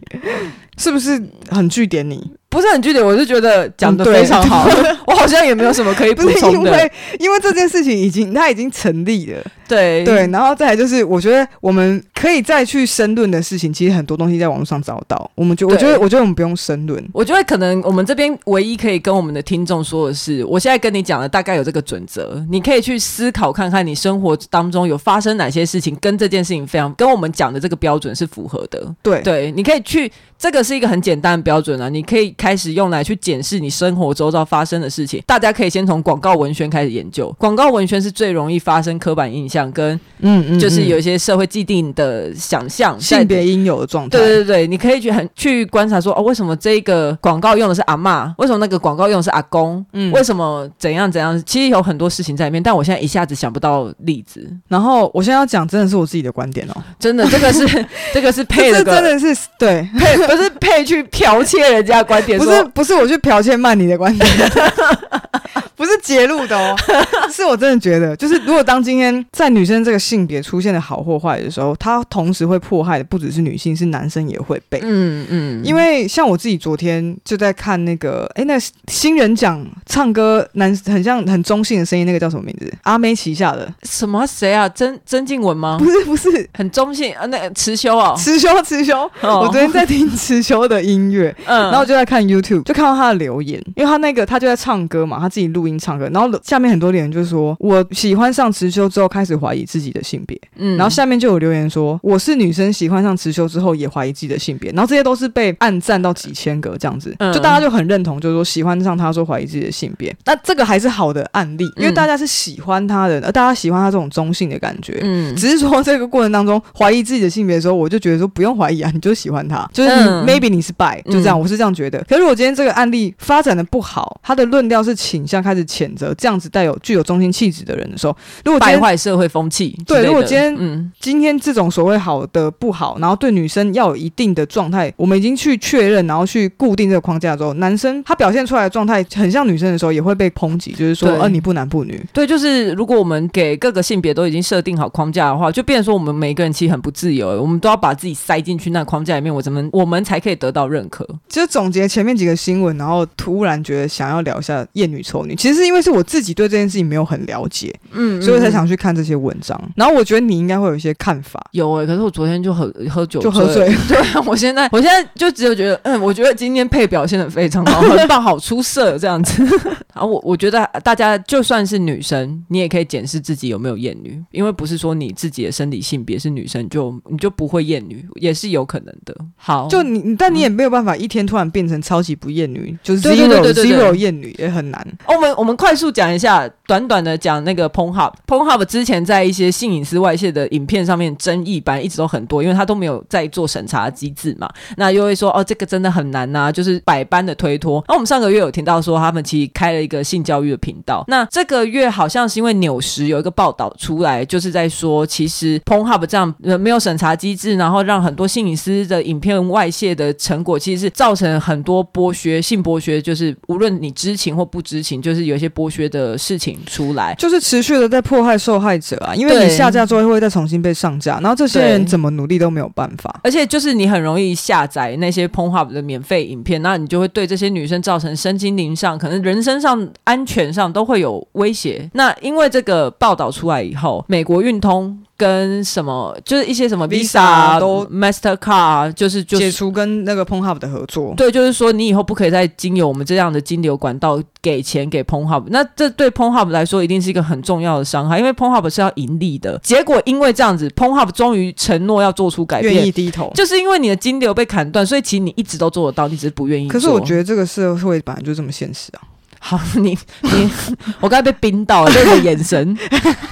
Speaker 2: 是不是很据点你？
Speaker 1: 不是很具体，我是觉得讲的
Speaker 2: 嗯对
Speaker 1: 非常好， <laughs> 我好像也没有什么可以
Speaker 2: 不
Speaker 1: 补
Speaker 2: 是因
Speaker 1: 充的。
Speaker 2: 为因为这件事情已经它已经成立了，
Speaker 1: 对
Speaker 2: 对，然后再来就是，我觉得我们可以再去申论的事情，其实很多东西在网络上找到。我们觉，我觉
Speaker 1: 对
Speaker 2: 得，我觉得我们不用申论。
Speaker 1: 我觉得可能我们这边唯一可以跟我们的听众说的是，我现在跟你讲的大概有这个准则，你可以去思考看看你生活当中有发生哪些事情跟这件事情非常跟我们讲的这个标准是符合的。
Speaker 2: 对，
Speaker 1: 对，你可以去，这个是一个很简单的标准啊，你可以开始用来去检视你生活周遭发生的事情。大家可以先从广告文宣开始研究，广告文宣是最容易发生刻板印象跟
Speaker 2: 嗯嗯
Speaker 1: 就是有
Speaker 2: 嗯
Speaker 1: 一些社会既定的想象在
Speaker 2: 性别应有的状态。
Speaker 1: 对对对，你可以去很去观察说哦，为什么这个广告用的是阿嬷，为什么那个广告用的是阿公？
Speaker 2: 嗯
Speaker 1: 为什么怎样怎样？其实有很多事情在里面，但我现在一下子想不到例子。
Speaker 2: 然后我现在要讲，真的是我自己的观点哦，
Speaker 1: 真 <laughs> 的，这个是这个是配了
Speaker 2: 这
Speaker 1: 个
Speaker 2: 真的是对，
Speaker 1: 配，不
Speaker 2: <laughs>
Speaker 1: 是配去剽窃人家的观点，
Speaker 2: 不是不是我去剽窃曼妮的观点，
Speaker 1: <laughs>
Speaker 2: 不是揭露的哦，是我真的觉得，就是如果当今天在女生这个性别出现的好或坏的时候，它同时会迫害的不只是女性，是男生也会被。
Speaker 1: 嗯嗯，
Speaker 2: 因为像我自己昨天就在看那个，哎，那新人奖唱歌男很像很中性的声音，那个叫什么名字？阿妹旗下的，
Speaker 1: 什么谁啊？曾曾静文吗
Speaker 2: 不？是不是，
Speaker 1: 很中性啊，那个辞修哦，
Speaker 2: 辞修辞修，
Speaker 1: 哦
Speaker 2: 我昨天在听辞修的音乐，
Speaker 1: 嗯，
Speaker 2: <laughs> 然后我就在看 YouTube，就看到他的留言，因为他那个他就在唱歌嘛，他自己录音唱歌，然后下面很多留言就说，我喜欢上辞修之后开始怀疑自己的性别，
Speaker 1: 嗯
Speaker 2: 然后下面就有留言说，我是女生喜欢上辞修之后也怀疑自己的性别，然后这些都是被暗赞到几千个这样子，
Speaker 1: 嗯
Speaker 2: 就大家就很认同，就是说喜欢上他说怀疑自己的性别，那这个还是好的案例，因为
Speaker 1: 嗯
Speaker 2: 大家是喜欢他的，呃而大家喜欢他这种中性的感觉，
Speaker 1: 嗯
Speaker 2: 只是说这个过程当中怀疑自己的性别的时候，我就觉得说不用怀疑啊，你就喜欢他，就是你、
Speaker 1: 嗯
Speaker 2: maybe 你是 bi，就这样，
Speaker 1: 嗯
Speaker 2: 我是这样觉得。可是我今天这个案例发展的不好，他的论调是倾向开始谴责这样子带有具有中心气质的人的时候，如果今
Speaker 1: 败
Speaker 2: 天
Speaker 1: 坏社会风气之类的。
Speaker 2: 对如果今天
Speaker 1: 嗯
Speaker 2: 今天这种所谓好的不好，然后对女生要有一定的状态，我们已经去确认，然后去固定这个框架之后，男生他表现出来的状态很像女生的时候，也会被抨击，就是说，
Speaker 1: 对
Speaker 2: 呃，你不男不女。
Speaker 1: 对，就是如果我们给各个性别都已经设定好框架的话，就变成说我们每个人其实很不自由，我们都要把自己塞进去那框架里面，我怎么我们才可以得到认可？
Speaker 2: 就是总结前面几个新闻，然后突然觉得想要聊一下厌女丑女，其实是因为是我自己对这件事情没有很了解，
Speaker 1: 嗯
Speaker 2: 所以我才想去看这些文章。然后我觉得你应该会有一些看法，
Speaker 1: 有哎、可是我昨天就喝喝酒，
Speaker 2: 就喝
Speaker 1: <laughs>
Speaker 2: 醉。 <laughs> 了。
Speaker 1: 对啊，我现在我现在就只有觉得，嗯，我觉得今天配表现的非常好，很棒，好出色这样子。 <laughs> 啊，我我觉得大家就算是女生，你也可以检视自己有没有厌女，因为不是说你自己的生理性别是女生就你就不会厌女，也是有可能的。好，
Speaker 2: 就你，你但你也没有办法一天突然变成超级不厌女，就是
Speaker 1: 对对对
Speaker 2: zero
Speaker 1: 对对对
Speaker 2: zero 厌女也很难。
Speaker 1: 哦我们我们快速讲一下，短短的讲那个 Pornhub。Pornhub 之前在一些性隐私外泄的影片上面争议版一直都很多，因为它都没有在做审查机制嘛。那又会说哦，这个真的很难呐、就是百般的推脱。那我们上个月有听到说他们其实开了一个性教育的频道。那这个月好像是因为纽时有一个报道出来，就是在说其实 Pornhub 这样呃没有审查机制，然后让很多性隐私的影片外泄的成果，其实是造成很多剥削、性剥削，就是无论你知情或不知情，就是有一些剥削的事情出来。
Speaker 2: 就是持续的在迫害受害者啊，因为
Speaker 1: 对
Speaker 2: 你下架之后会再重新被上架，然后这些人
Speaker 1: 对
Speaker 2: 怎么努力都没有办法。
Speaker 1: 而且就是你很容易下载那些 Pornhub 的免费影片，那你就会对这些女生造成身心灵上、可能人身上、安全上都会有威胁。那因为这个报道出来以后，美国运通。跟什么，就是一些什么
Speaker 2: Visa
Speaker 1: 啊
Speaker 2: 都
Speaker 1: Mastercard，就是就是。
Speaker 2: 解除跟那个 p o n h u b 的合作。
Speaker 1: 对，就是说你以后不可以再经由我们这样的金流管道给钱给 p o n h u b 那这对 p o n h u b 来说一定是一个很重要的伤害，因为 p o n h u b 是要盈利的。结果因为这样子 p o n h u b 终于承诺要做出改
Speaker 2: 愿
Speaker 1: 变
Speaker 2: 意，低头，
Speaker 1: 就是因为你的金流被砍断，所以其实你一直都做得到，你只是不愿意做。
Speaker 2: 可是我觉得这个社会本来就这么现实啊。
Speaker 1: 好， <laughs> 你你，我刚才被冰到了，那个眼神。 <laughs>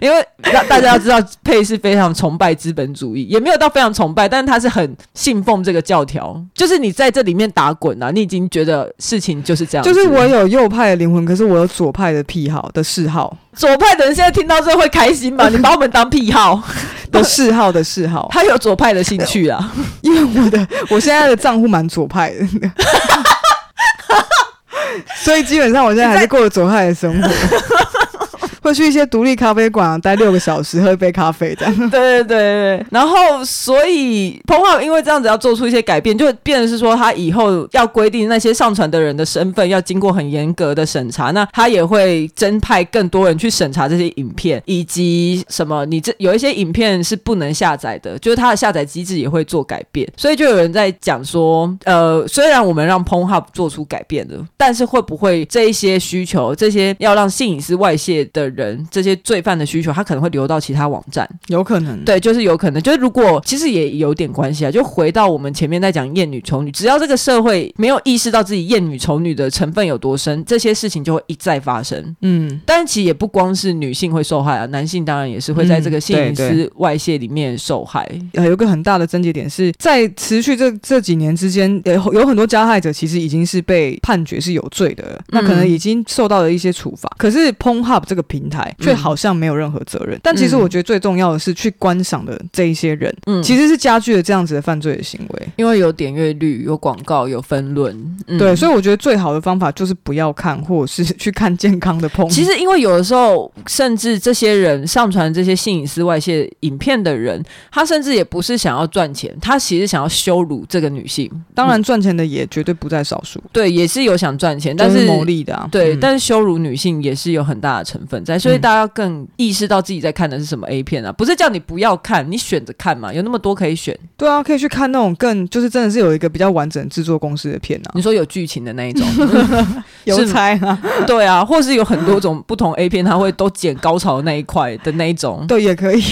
Speaker 1: 因为大大家要知道，佩是非常崇拜资本主义，也没有到非常崇拜，但是他是很信奉这个教条。就是你在这里面打滚啊，你已经觉得事情就是这样子。
Speaker 2: 就是我有右派的灵魂，可是我有左派的癖好的嗜好
Speaker 1: 左派的人现在听到这会开心吗？你把我们当癖好， <laughs>
Speaker 2: 的嗜好的嗜好，
Speaker 1: 他有左派的兴趣啊。
Speaker 2: 因为我的我现在的账户蛮左派的， <laughs> 所以基本上我现在还是过着左派的生活， <laughs> 会去一些独立咖啡馆、啊、待六个小时，喝一杯咖啡这样。
Speaker 1: 对对对 <laughs> 对对，然后所以彭浩因为这样子要做出一些改变，就变成是说他以后要规定那些上传的人的身份要经过很严格的审查，那他也会增派更多人去审查这些影片，以及什么你这有一些影片是不能下载的，就是它的下载机制也会做改变，所以就有人在讲说，呃，虽然我们让 p o n h u b 做出改变了，但是会不会这一些需求，这些要让性隐私外泄的人，这些罪犯的需求，他可能会流到其他网站。
Speaker 2: 有可能，
Speaker 1: 对，就是有可能，就是如果其实也有点关系啊。就回到我们前面在讲厌女丑女，只要这个社会没有意识到自己厌女丑女的成分有多深，这些事情就会一再发生。
Speaker 2: 嗯，
Speaker 1: 但其实也不光是女性会受害啊，男性当然也是会在这个性
Speaker 2: 嗯
Speaker 1: 隐
Speaker 2: 对
Speaker 1: 私外泄里面受害。
Speaker 2: 呃，有一个很大的症结点是在持续这这几年之间，呃有有很多加害者其实已经是被判决是有罪的了，那可能
Speaker 1: 嗯
Speaker 2: 已经受到了一些处罚。可是 p o n h u b 这个平台却
Speaker 1: 嗯
Speaker 2: 好像没有任何责任。但其实我觉得最重要的是去观赏的这一些人，
Speaker 1: 嗯，
Speaker 2: 其实是加剧了这样子的犯罪的行为。
Speaker 1: 因为有点阅率、有广告、有分论，嗯、
Speaker 2: 对，所以我觉得最好的方法就是不要看，或者是 <laughs> 去看健康的 p o n
Speaker 1: 其实，因为有的时候，甚至这些人上传这些性隐私外泄影片的人，他甚至也不是想要赚钱，他其实想要羞辱这个女性。
Speaker 2: 当然赚钱的也绝对不在少数，
Speaker 1: 对，也是有想赚嗯钱，但
Speaker 2: 就
Speaker 1: 是
Speaker 2: 是牟利的啊。
Speaker 1: 对，
Speaker 2: 嗯
Speaker 1: 但是羞辱女性也是有很大的成分在，所以大家要更意识到自己在看的是什么 A 片啊，不是叫你不要看，你选着看嘛，有那么多可以选。
Speaker 2: 对啊，可以去看那种更就是真的是有一个比较完整的制作公司的片啊。
Speaker 1: 你说有剧情的那一
Speaker 2: <laughs>
Speaker 1: 种，
Speaker 2: 邮差啊，
Speaker 1: 对啊，或是有很多种不同 A 片，它会都剪高潮的那一块的那一
Speaker 2: <laughs>
Speaker 1: 种。
Speaker 2: <laughs> 对，也可以。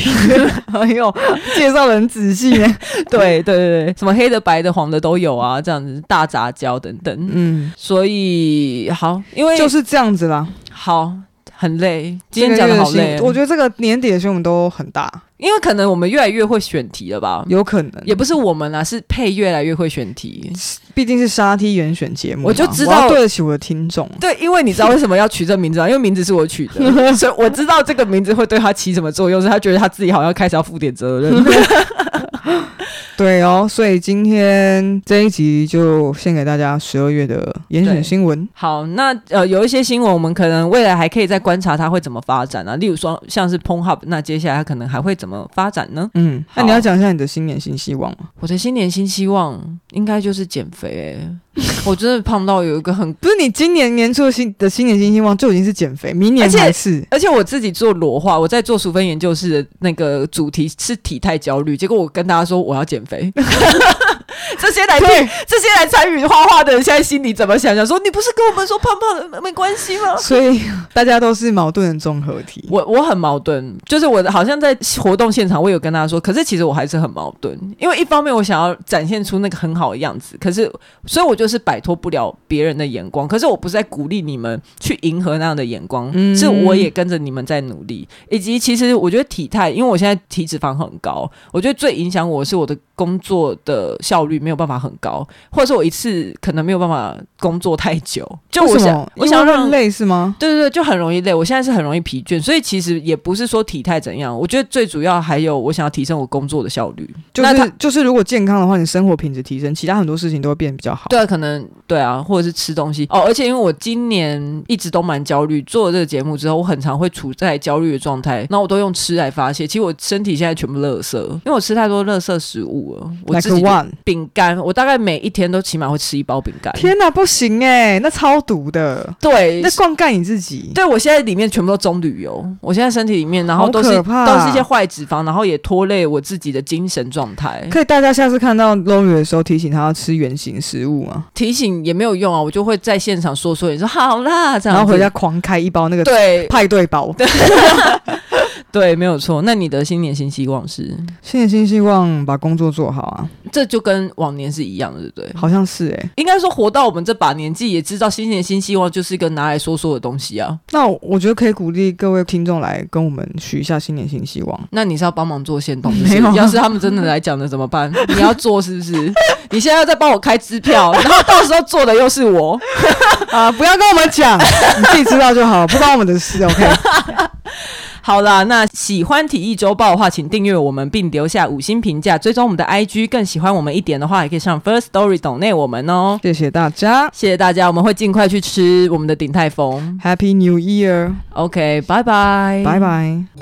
Speaker 2: 哎呦，介绍的很仔细耶。
Speaker 1: 对对对对，什么黑的、白的、黄的都有啊，这样子大杂交等等。
Speaker 2: <laughs> 嗯，
Speaker 1: 所以好，因为
Speaker 2: 就是这样子啦。
Speaker 1: 好。很累，今天讲的好
Speaker 2: 这个
Speaker 1: 累
Speaker 2: 月薪，我觉得啊这个年底的新闻都很大，
Speaker 1: 因为可能我们越来越会选题了吧，
Speaker 2: 有可能
Speaker 1: 也不是我们啊，是配越来越会选题。
Speaker 2: 毕竟是沙 T 原选节目嘛，
Speaker 1: 我就知
Speaker 2: 我要
Speaker 1: 道
Speaker 2: 对得起我的听众。
Speaker 1: <laughs> 对，因为你知道为什么要取这名字啊？因为名字是我取 <laughs> 的，所以我知道这个名字会对他起什么作用，是他觉得他自己好像开始要负点责任。 <laughs>
Speaker 2: 对哦，所以今天这一集就献给大家十二月的严选
Speaker 1: 对
Speaker 2: 新闻。
Speaker 1: 好，那呃，有一些新闻，我们可能未来还可以再观察它会怎么发展啊。例如说，像是 p o n Hub，那接下来它可能还会怎么发展呢？
Speaker 2: 嗯，那你
Speaker 1: 好
Speaker 2: 要讲一下你的新年新希望吗？
Speaker 1: 我的新年新希望应该就是减肥、欸。 <laughs> 我真的胖到有一个很，
Speaker 2: 不是你今年年初的新的新年新希望就已经是减肥，明年
Speaker 1: 而且
Speaker 2: 还 <laughs> 是
Speaker 1: 而且我自己做裸化，我在做淑芬研究室的那个主题是体态焦虑，结果我跟大家说我要减肥。 <laughs> 这些来听
Speaker 2: 对，
Speaker 1: 这些来参与画画的人，现在心里怎么想？想说你不是跟我们说胖胖的没没关系吗？
Speaker 2: 所以大家都是矛盾的综合体。
Speaker 1: 我我很矛盾，就是我好像在活动现场，我有跟他说，可是其实我还是很矛盾，因为一方面我想要展现出那个很好的样子，可是所以我就是摆脱不了别人的眼光，可是我不是在鼓励你们去迎合那样的眼光，
Speaker 2: 嗯
Speaker 1: 是我也跟着你们在努力，以及其实我觉得体态，因为我现在体脂肪很高，我觉得最影响我是我的工作的效率没有办法很高，或者是我一次可能没有办法工作太久，就我
Speaker 2: 为什
Speaker 1: 想
Speaker 2: 么？
Speaker 1: 我
Speaker 2: 因
Speaker 1: 想要
Speaker 2: 为会
Speaker 1: 让
Speaker 2: 累是吗？
Speaker 1: 对对对，就很容易累。我现在是很容易疲倦，所以其实也不是说体态怎样，我觉得最主要还有我想要提升我工作的效率。
Speaker 2: 就
Speaker 1: 那他
Speaker 2: 是就是，如果健康的话，你生活品质提升，其他很多事情都会变得比较好。
Speaker 1: 对，可能对啊，或者是吃东西哦。而且因为我今年一直都蛮焦虑，做了这个节目之后，我很常会处在焦虑的状态，那我都用吃来发泄。其实我身体现在全部垃圾，因为我吃太多垃圾食物了。我
Speaker 2: like
Speaker 1: 自己
Speaker 2: one。
Speaker 1: 饼干，我大概每一天都起码会吃一包饼干。
Speaker 2: 天哪，不行哎、那超毒的，
Speaker 1: 对，
Speaker 2: 那灌溉你自己。
Speaker 1: 对，我现在里面全部都棕榈油，我现在身体里面，然后
Speaker 2: 好
Speaker 1: 都是
Speaker 2: 可怕
Speaker 1: 都是一些坏脂肪，然后也拖累我自己的精神状态。
Speaker 2: 可以，大家下次看到 Lori 的时候，提醒他要吃圆形食物嘛，
Speaker 1: 提醒也没有用啊，我就会在现场说说，你说好啦，这样
Speaker 2: 然后
Speaker 1: 子
Speaker 2: 回家狂开一包那个 <laughs>
Speaker 1: 对
Speaker 2: 派对包。
Speaker 1: 对，没有错。那你的新年新希望是，
Speaker 2: 新年新希望，把工作做好啊，
Speaker 1: 这就跟往年是一样的，对不对？
Speaker 2: 好像是哎、
Speaker 1: 应该说，活到我们这把年纪，也知道新年新希望就是一个拿来说说的东西啊。
Speaker 2: 那我觉得可以鼓励各位听众来跟我们许一下新年新希
Speaker 1: <laughs>
Speaker 2: 望。
Speaker 1: 那你是要帮忙做线动？就是
Speaker 2: 没有啊
Speaker 1: 要是他们真的来讲了怎么办？ <laughs> 你要做是不是？你现在要再帮我开支票， <laughs> 然后到时候做的又是我。
Speaker 2: 啊、不要跟我
Speaker 1: <laughs>
Speaker 2: 们讲，你自己知道就好，不关我们的事。OK，
Speaker 1: 好啦，那喜欢体育周报的话，请订阅我们并留下五星评价，追踪我们的 IG。更喜欢我们一点的话，也可以上 First Story 懂内我们哦。
Speaker 2: 谢谢大家
Speaker 1: 谢谢大家，我们会尽快去吃我们的鼎泰丰。
Speaker 2: ，Happy New Year，
Speaker 1: OK，拜拜，
Speaker 2: 拜拜。